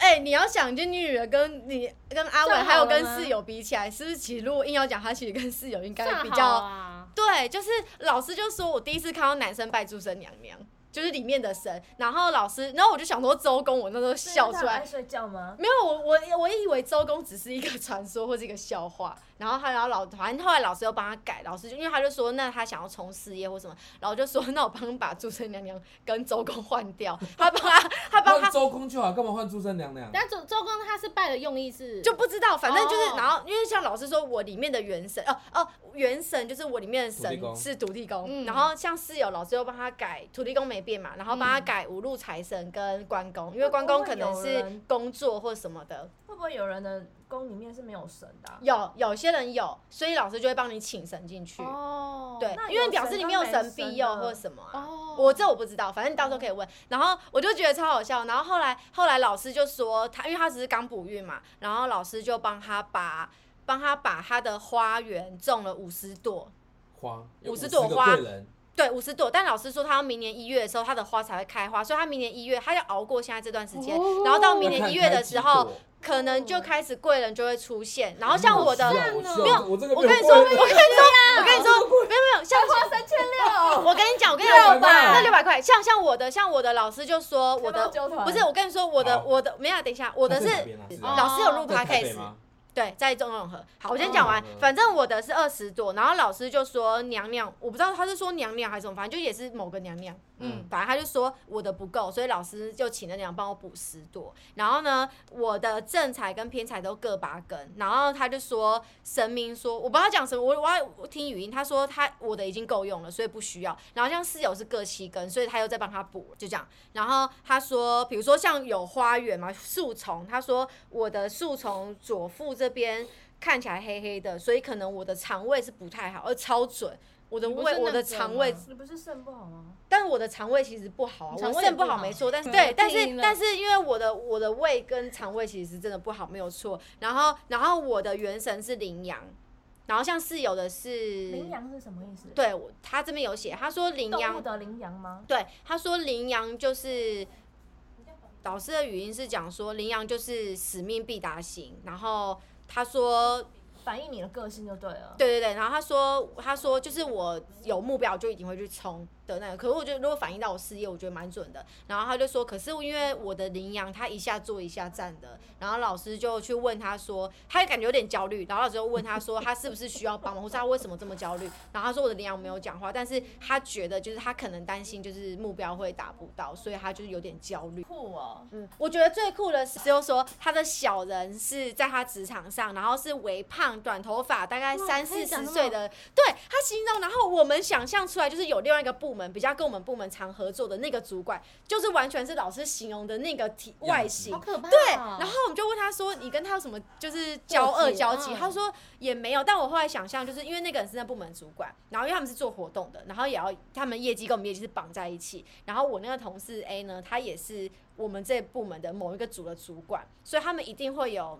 Speaker 1: 哎、你要想，就你女儿跟你跟阿伟
Speaker 2: 算好
Speaker 1: 还有
Speaker 2: 了
Speaker 1: 跟
Speaker 2: 吗
Speaker 1: 室友比起来，是不是？其实如果硬要讲，他其实跟室友应该
Speaker 2: 算
Speaker 1: 比
Speaker 2: 好
Speaker 1: 较、
Speaker 2: 啊，
Speaker 1: 对，就是老师就说我第一次看到男生拜诸生娘娘，就是里面的神。然后老师，然后我就想说周公，我那时候笑出来
Speaker 6: 爱。睡觉吗？
Speaker 1: 没有，我我我以为周公只是一个 传说或是一个笑话，然后他然后老反正后来老师又帮他改，老师就因为他就说那他想要冲事业或什么，然后就说 那我帮你把诸生娘娘跟周公换掉，他帮他他帮他
Speaker 5: 换周公就好，干嘛换祝生娘娘？
Speaker 2: 但周周公他是拜的用意是
Speaker 1: 就不知道，反正就是
Speaker 2: 哦
Speaker 1: 然后因为像老师说，我里面的元神哦哦，元神就是我里面的
Speaker 5: 土地
Speaker 1: 神
Speaker 5: 公
Speaker 1: 是土地公，
Speaker 2: 嗯
Speaker 1: 然后像室友老师又帮他改土地公没变嘛，然后帮他改五
Speaker 3: 嗯
Speaker 1: 路财神跟关公，因为关公可能
Speaker 3: 哦
Speaker 6: 会不会有
Speaker 1: 是
Speaker 6: 人
Speaker 1: 工作或什么的，
Speaker 6: 会不会有人的
Speaker 3: 宫里面是没有神的啊、
Speaker 1: 有有些人有，所以老师就会帮你请神进去。
Speaker 2: 哦，
Speaker 1: 对
Speaker 3: 那，
Speaker 1: 因为
Speaker 3: 有
Speaker 1: 表
Speaker 3: 神
Speaker 1: 示你
Speaker 3: 跟
Speaker 1: 没有
Speaker 3: 没
Speaker 1: 神
Speaker 3: 神
Speaker 1: 庇佑
Speaker 3: 呢
Speaker 1: 或什么啊。
Speaker 2: 哦
Speaker 1: 我这我不知道，反正你到时候可以问。然后我就觉得超好笑。然后后来后来老师就说他，因为他只是刚补孕嘛，然后老师就帮他把帮他把他的花园种了五十朵，
Speaker 5: 花
Speaker 1: 五十
Speaker 5: 十
Speaker 1: 朵花
Speaker 5: 贵人
Speaker 1: 对，五十朵。但老师说他要明年一月的时候，他的花才会开花，所以他明年一月他要熬过现在这段时
Speaker 2: 哦
Speaker 1: 间，然后到明
Speaker 5: 要
Speaker 1: 年
Speaker 5: 看
Speaker 1: 一月
Speaker 5: 开
Speaker 1: 的
Speaker 5: 几
Speaker 1: 时候
Speaker 5: 朵，
Speaker 1: 可能就开始贵人就会出现。然后像我的，
Speaker 5: 是啊我
Speaker 1: 没有
Speaker 5: 有，我这个
Speaker 1: 我
Speaker 5: 没有
Speaker 1: 跟你说，我
Speaker 5: 贵
Speaker 1: 跟你
Speaker 5: 人
Speaker 1: 说，我跟你说，啊没有没有，像花三千六。我跟你讲，我跟你讲，
Speaker 5: 600块
Speaker 1: 那六百块，像像我的，像我的老师就说我的
Speaker 6: 要不要揪团
Speaker 1: 不是，我跟你说我的
Speaker 5: 好
Speaker 1: 我的没有，等一下，我的是
Speaker 5: 他在哪边啊是在
Speaker 1: 老师有录
Speaker 5: 在台北
Speaker 1: podcast，
Speaker 5: 吗
Speaker 1: 对，在中永和。好，我先讲完
Speaker 5: 嗯，
Speaker 1: 反正我的是二十朵，然后老师就说娘娘，我不知道他是说娘娘还是什么，反正就也是某个娘娘，嗯
Speaker 5: 嗯，
Speaker 1: 反正他就说我的不够，所以老师就请那娘帮我补十朵。然后呢，我的正财跟偏财都各八根，然后他就说神明说，我不知道讲什么，我我要我听语音，他说他我的已经够用了，所以不需要。然后像室友是各七根，所以他又再帮他补，就这样。然后他说，比如说像有花园嘛，树丛，他说我的树丛左腹这边看起来黑黑的，所以可能我的肠胃是不太好，而超准。我的
Speaker 2: 你不
Speaker 1: 胃，
Speaker 2: 是
Speaker 1: 我
Speaker 2: 那
Speaker 1: 的
Speaker 2: 个
Speaker 1: 肠
Speaker 2: 吗
Speaker 1: 胃
Speaker 3: 你不是肾不好吗？
Speaker 1: 但我的肠胃其实不好啊，
Speaker 2: 你肠
Speaker 1: 我
Speaker 2: 胃
Speaker 1: 肾
Speaker 2: 也
Speaker 1: 不
Speaker 2: 不
Speaker 1: 好
Speaker 2: 好
Speaker 1: 没错，但是
Speaker 2: 嗯
Speaker 1: 对
Speaker 2: 我，
Speaker 1: 但
Speaker 2: 听
Speaker 1: 是
Speaker 2: 了
Speaker 1: 但是因为我的我的胃跟肠胃其实是真的不好，没有错。然后然后我的元神是羚羊，然后像室友的是
Speaker 3: 羚，羊是什么意思？，
Speaker 1: 对我他这边有写，他说羚
Speaker 3: 动物
Speaker 1: 羊，
Speaker 3: 的羚羊吗？
Speaker 1: 对，他说羚羊就是。导师的语音是讲说，羚羊就是使命必达型。然后他说，
Speaker 3: 反映你的个性就对了。
Speaker 1: 对对对，然后他说，他说就是我有目标就一定会去冲的那个。可是我觉得如果反映到我事业，我觉得蛮准的。然后他就说，可是因为我的羚羊他一下坐一下站的，然后老师就去问他说，他感觉有点焦虑，然后老师就问他说，他是不是需要帮忙，或是他为什么这么焦虑？然后他说我的羚羊没有讲话，但是他觉得就是他可能担心就是目标会达不到，所以他就是有点焦虑。
Speaker 3: 酷哦，
Speaker 1: 嗯，我觉得最酷的是，就是说他的小人是在他职场上，然后是微胖、短头发，大概
Speaker 2: 哇
Speaker 1: 三
Speaker 2: 可
Speaker 1: 四
Speaker 2: 以讲
Speaker 1: 十
Speaker 2: 那么
Speaker 1: 岁的，对他形容，然后我们想象出来就是有另外一个部门比较跟我们部门常合作的那个主管，就是完全是老师形容的那个体
Speaker 5: 样子
Speaker 1: 外形
Speaker 2: 好。可怕、哦。
Speaker 1: 对，然后我们就问他说：“你跟他有什么就是交恶交集？”
Speaker 2: 嗯
Speaker 1: 他说：“也没有。”但我后来想象，就是因为那个人是那部门主管，然后因为他们是做活动的，然后也要他们业绩跟我们业绩是绑在一起。然后我那个同事 A 呢，他也是我们这部门的某一个组的主管，所以他们一定会有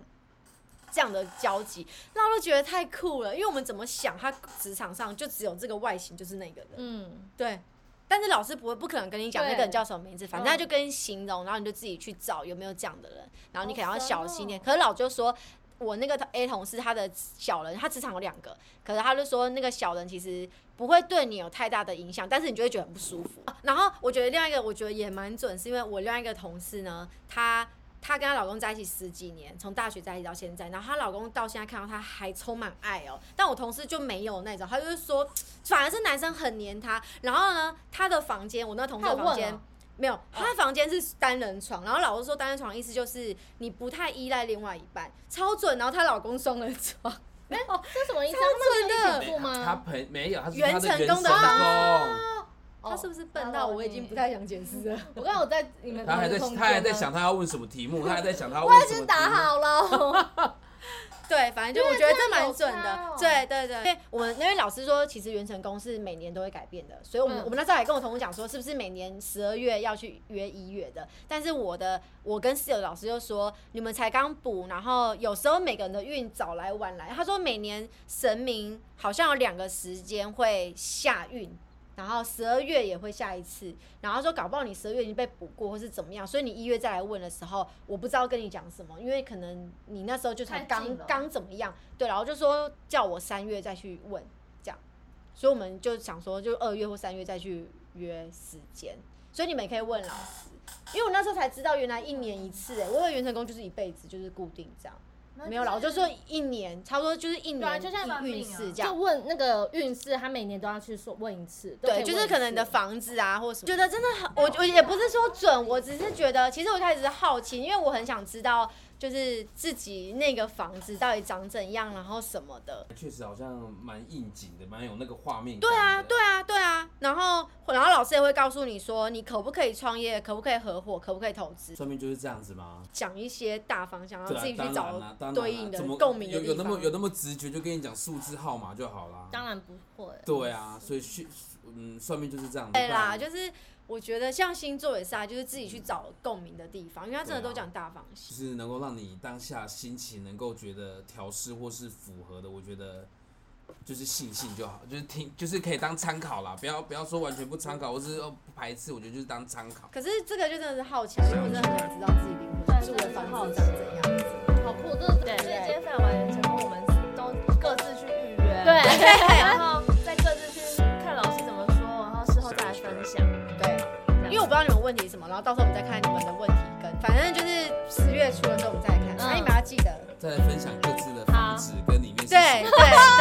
Speaker 1: 这样的交集。那我就觉得太酷了，因为我们怎么想，他职场上就只有这个外形就是那个人。
Speaker 2: 嗯，
Speaker 1: 对。但是老师不会不可能跟你讲那
Speaker 2: 对
Speaker 1: 个人叫什么名字，反正他
Speaker 2: 嗯
Speaker 1: 就跟你形容，然后你就自己去找有没有这样的人，然后你可能要
Speaker 3: 好神
Speaker 1: 小心一点。
Speaker 3: 哦
Speaker 1: 可是老就说，我那个 A 同事他的小人，他职场有两个，可是他就说那个小人其实不会对你有太大的影响，但是你就会觉得很不舒服。啊然后我觉得另外一个我觉得也蛮准，是因为我另外一个同事呢，她她跟她老公在一起十几年，从大学在一起到现在，然后她老公到现在看到她还充满爱哦，但我同事就没有那种，他就是说反而是男生很黏她。然后呢，她的房间，我那同事的
Speaker 2: 她有
Speaker 1: 房
Speaker 2: 问
Speaker 1: 间
Speaker 2: 哦。
Speaker 1: 没有，她的房间是单人床，然后老师说单人床的意思就是你不太依赖另外一半，超准。然后她老公双人床，
Speaker 2: 这什么意思啊？
Speaker 1: 超
Speaker 2: 他们
Speaker 1: 准
Speaker 2: 是一
Speaker 1: 的
Speaker 2: 起住
Speaker 5: 没他
Speaker 2: 吗？
Speaker 5: 朋没有，他是
Speaker 1: 袁
Speaker 5: 他的
Speaker 1: 成
Speaker 5: 袁
Speaker 1: 功的
Speaker 5: 成
Speaker 1: 房
Speaker 5: 功
Speaker 2: 哦
Speaker 1: 她是不是笨到我已经不太想解释了？
Speaker 2: 我刚刚有在你们
Speaker 5: 他还在
Speaker 2: 同一个空间
Speaker 5: 他还在
Speaker 2: 呢
Speaker 5: 想他要问什么题目，他还在想他要
Speaker 2: 我
Speaker 5: 问
Speaker 2: 已
Speaker 5: 什么
Speaker 2: 经
Speaker 5: 题
Speaker 2: 打
Speaker 5: 目。
Speaker 2: 好了。
Speaker 1: 对，反正就我觉得这蛮准
Speaker 2: 因为这样
Speaker 1: 的
Speaker 2: 有差哦。
Speaker 1: 对对对，因为我们因为老师说，其实元成功是每年都会改变的，所以我们、
Speaker 2: 嗯
Speaker 1: 我们那时候还跟我同事讲说，是不是每年十二月要去约一月的？但是我的我跟室友的老师就说，你们才刚补，然后有时候每个人的运早来晚来。他说每年神明好像有两个时间会下运。然后十二月也会下一次，然后说搞不好你十二月已经被补过，或是怎么样，所以你一月再来问的时候，我不知道跟你讲什么，因为可能你那时候就才
Speaker 3: 太
Speaker 1: 刚
Speaker 3: 近了
Speaker 1: 刚怎么样，对，然后就说叫我三月再去问这样，所以我们就想说，就二月或三月再去约时间，所以你们也可以问老师，因为我那时候才知道原来一年一次、欸，我以为元成功就是一辈子就是固定这样， 没有啦，我就说一年差不多就是一
Speaker 3: 对啊
Speaker 1: 年
Speaker 3: 就像算
Speaker 1: 一运
Speaker 3: 命啊
Speaker 1: 势这样
Speaker 2: 就。问那个运势，他每年都要去说问一次。都
Speaker 1: 对，
Speaker 2: 以
Speaker 1: 就是
Speaker 2: 问一
Speaker 1: 可能你的
Speaker 2: 次
Speaker 1: 房子啊，或什么，觉得真的很，我我也不是说准，我只是觉得，其实我一开始是好奇，因为我很想知道，就是自己那个房子到底长怎样，然后什么的。
Speaker 5: 确实好像蛮应景的，蛮有那个画面。
Speaker 1: 对啊，对。啊，对啊。然后，然后老师也会告诉你说，你可不可以创业，可不可以合伙，可不可以投资，
Speaker 5: 算命就是这样子吗？
Speaker 1: 讲一些大方向，然后
Speaker 5: 对啊
Speaker 1: 自己去
Speaker 5: 当然啦
Speaker 1: 找
Speaker 5: 当然啦
Speaker 1: 对应的
Speaker 5: 怎么
Speaker 1: 共鸣的
Speaker 5: 有
Speaker 1: 地
Speaker 5: 有
Speaker 1: 方。
Speaker 5: 那么有那么直觉，就跟你讲数字号码就好啦。
Speaker 2: 当然不会。
Speaker 5: 对啊，所以去嗯，算命就是这样。
Speaker 1: 对啦，
Speaker 5: 不然
Speaker 1: 就是我觉得像星座也是啊，就是自己去找共鸣的地方，因为他真的
Speaker 5: 对啊
Speaker 1: 都讲大方
Speaker 5: 就
Speaker 1: 向。
Speaker 5: 是能够让你当下心情能够觉得调试或是符合的，我觉得就是信信就好，就是听就是可以当参考啦，不要不要说完全不参考，或是哦不排斥，我觉得就是当参考。
Speaker 1: 可是这个就真的是好奇啊，因为我真的很想知道自己灵魂住的房子长怎样。
Speaker 2: 好酷，这对
Speaker 3: 所以今
Speaker 2: 对
Speaker 3: 天非常完人成功，我们都各自去预约，
Speaker 2: 对，
Speaker 3: 然后再各自去看老师怎么说，然后事后再来分享。
Speaker 1: 对，因为我不知道你们问题是什么，然后到时候我们再看你们的问题跟，反正就是十月初的时候我们再来看，
Speaker 2: 嗯
Speaker 1: 所以你把它记得。
Speaker 5: 再来分享各自的房子跟里面是
Speaker 1: 对
Speaker 5: 什
Speaker 1: 对，
Speaker 5: 么
Speaker 3: 哦
Speaker 1: 哦
Speaker 3: 欸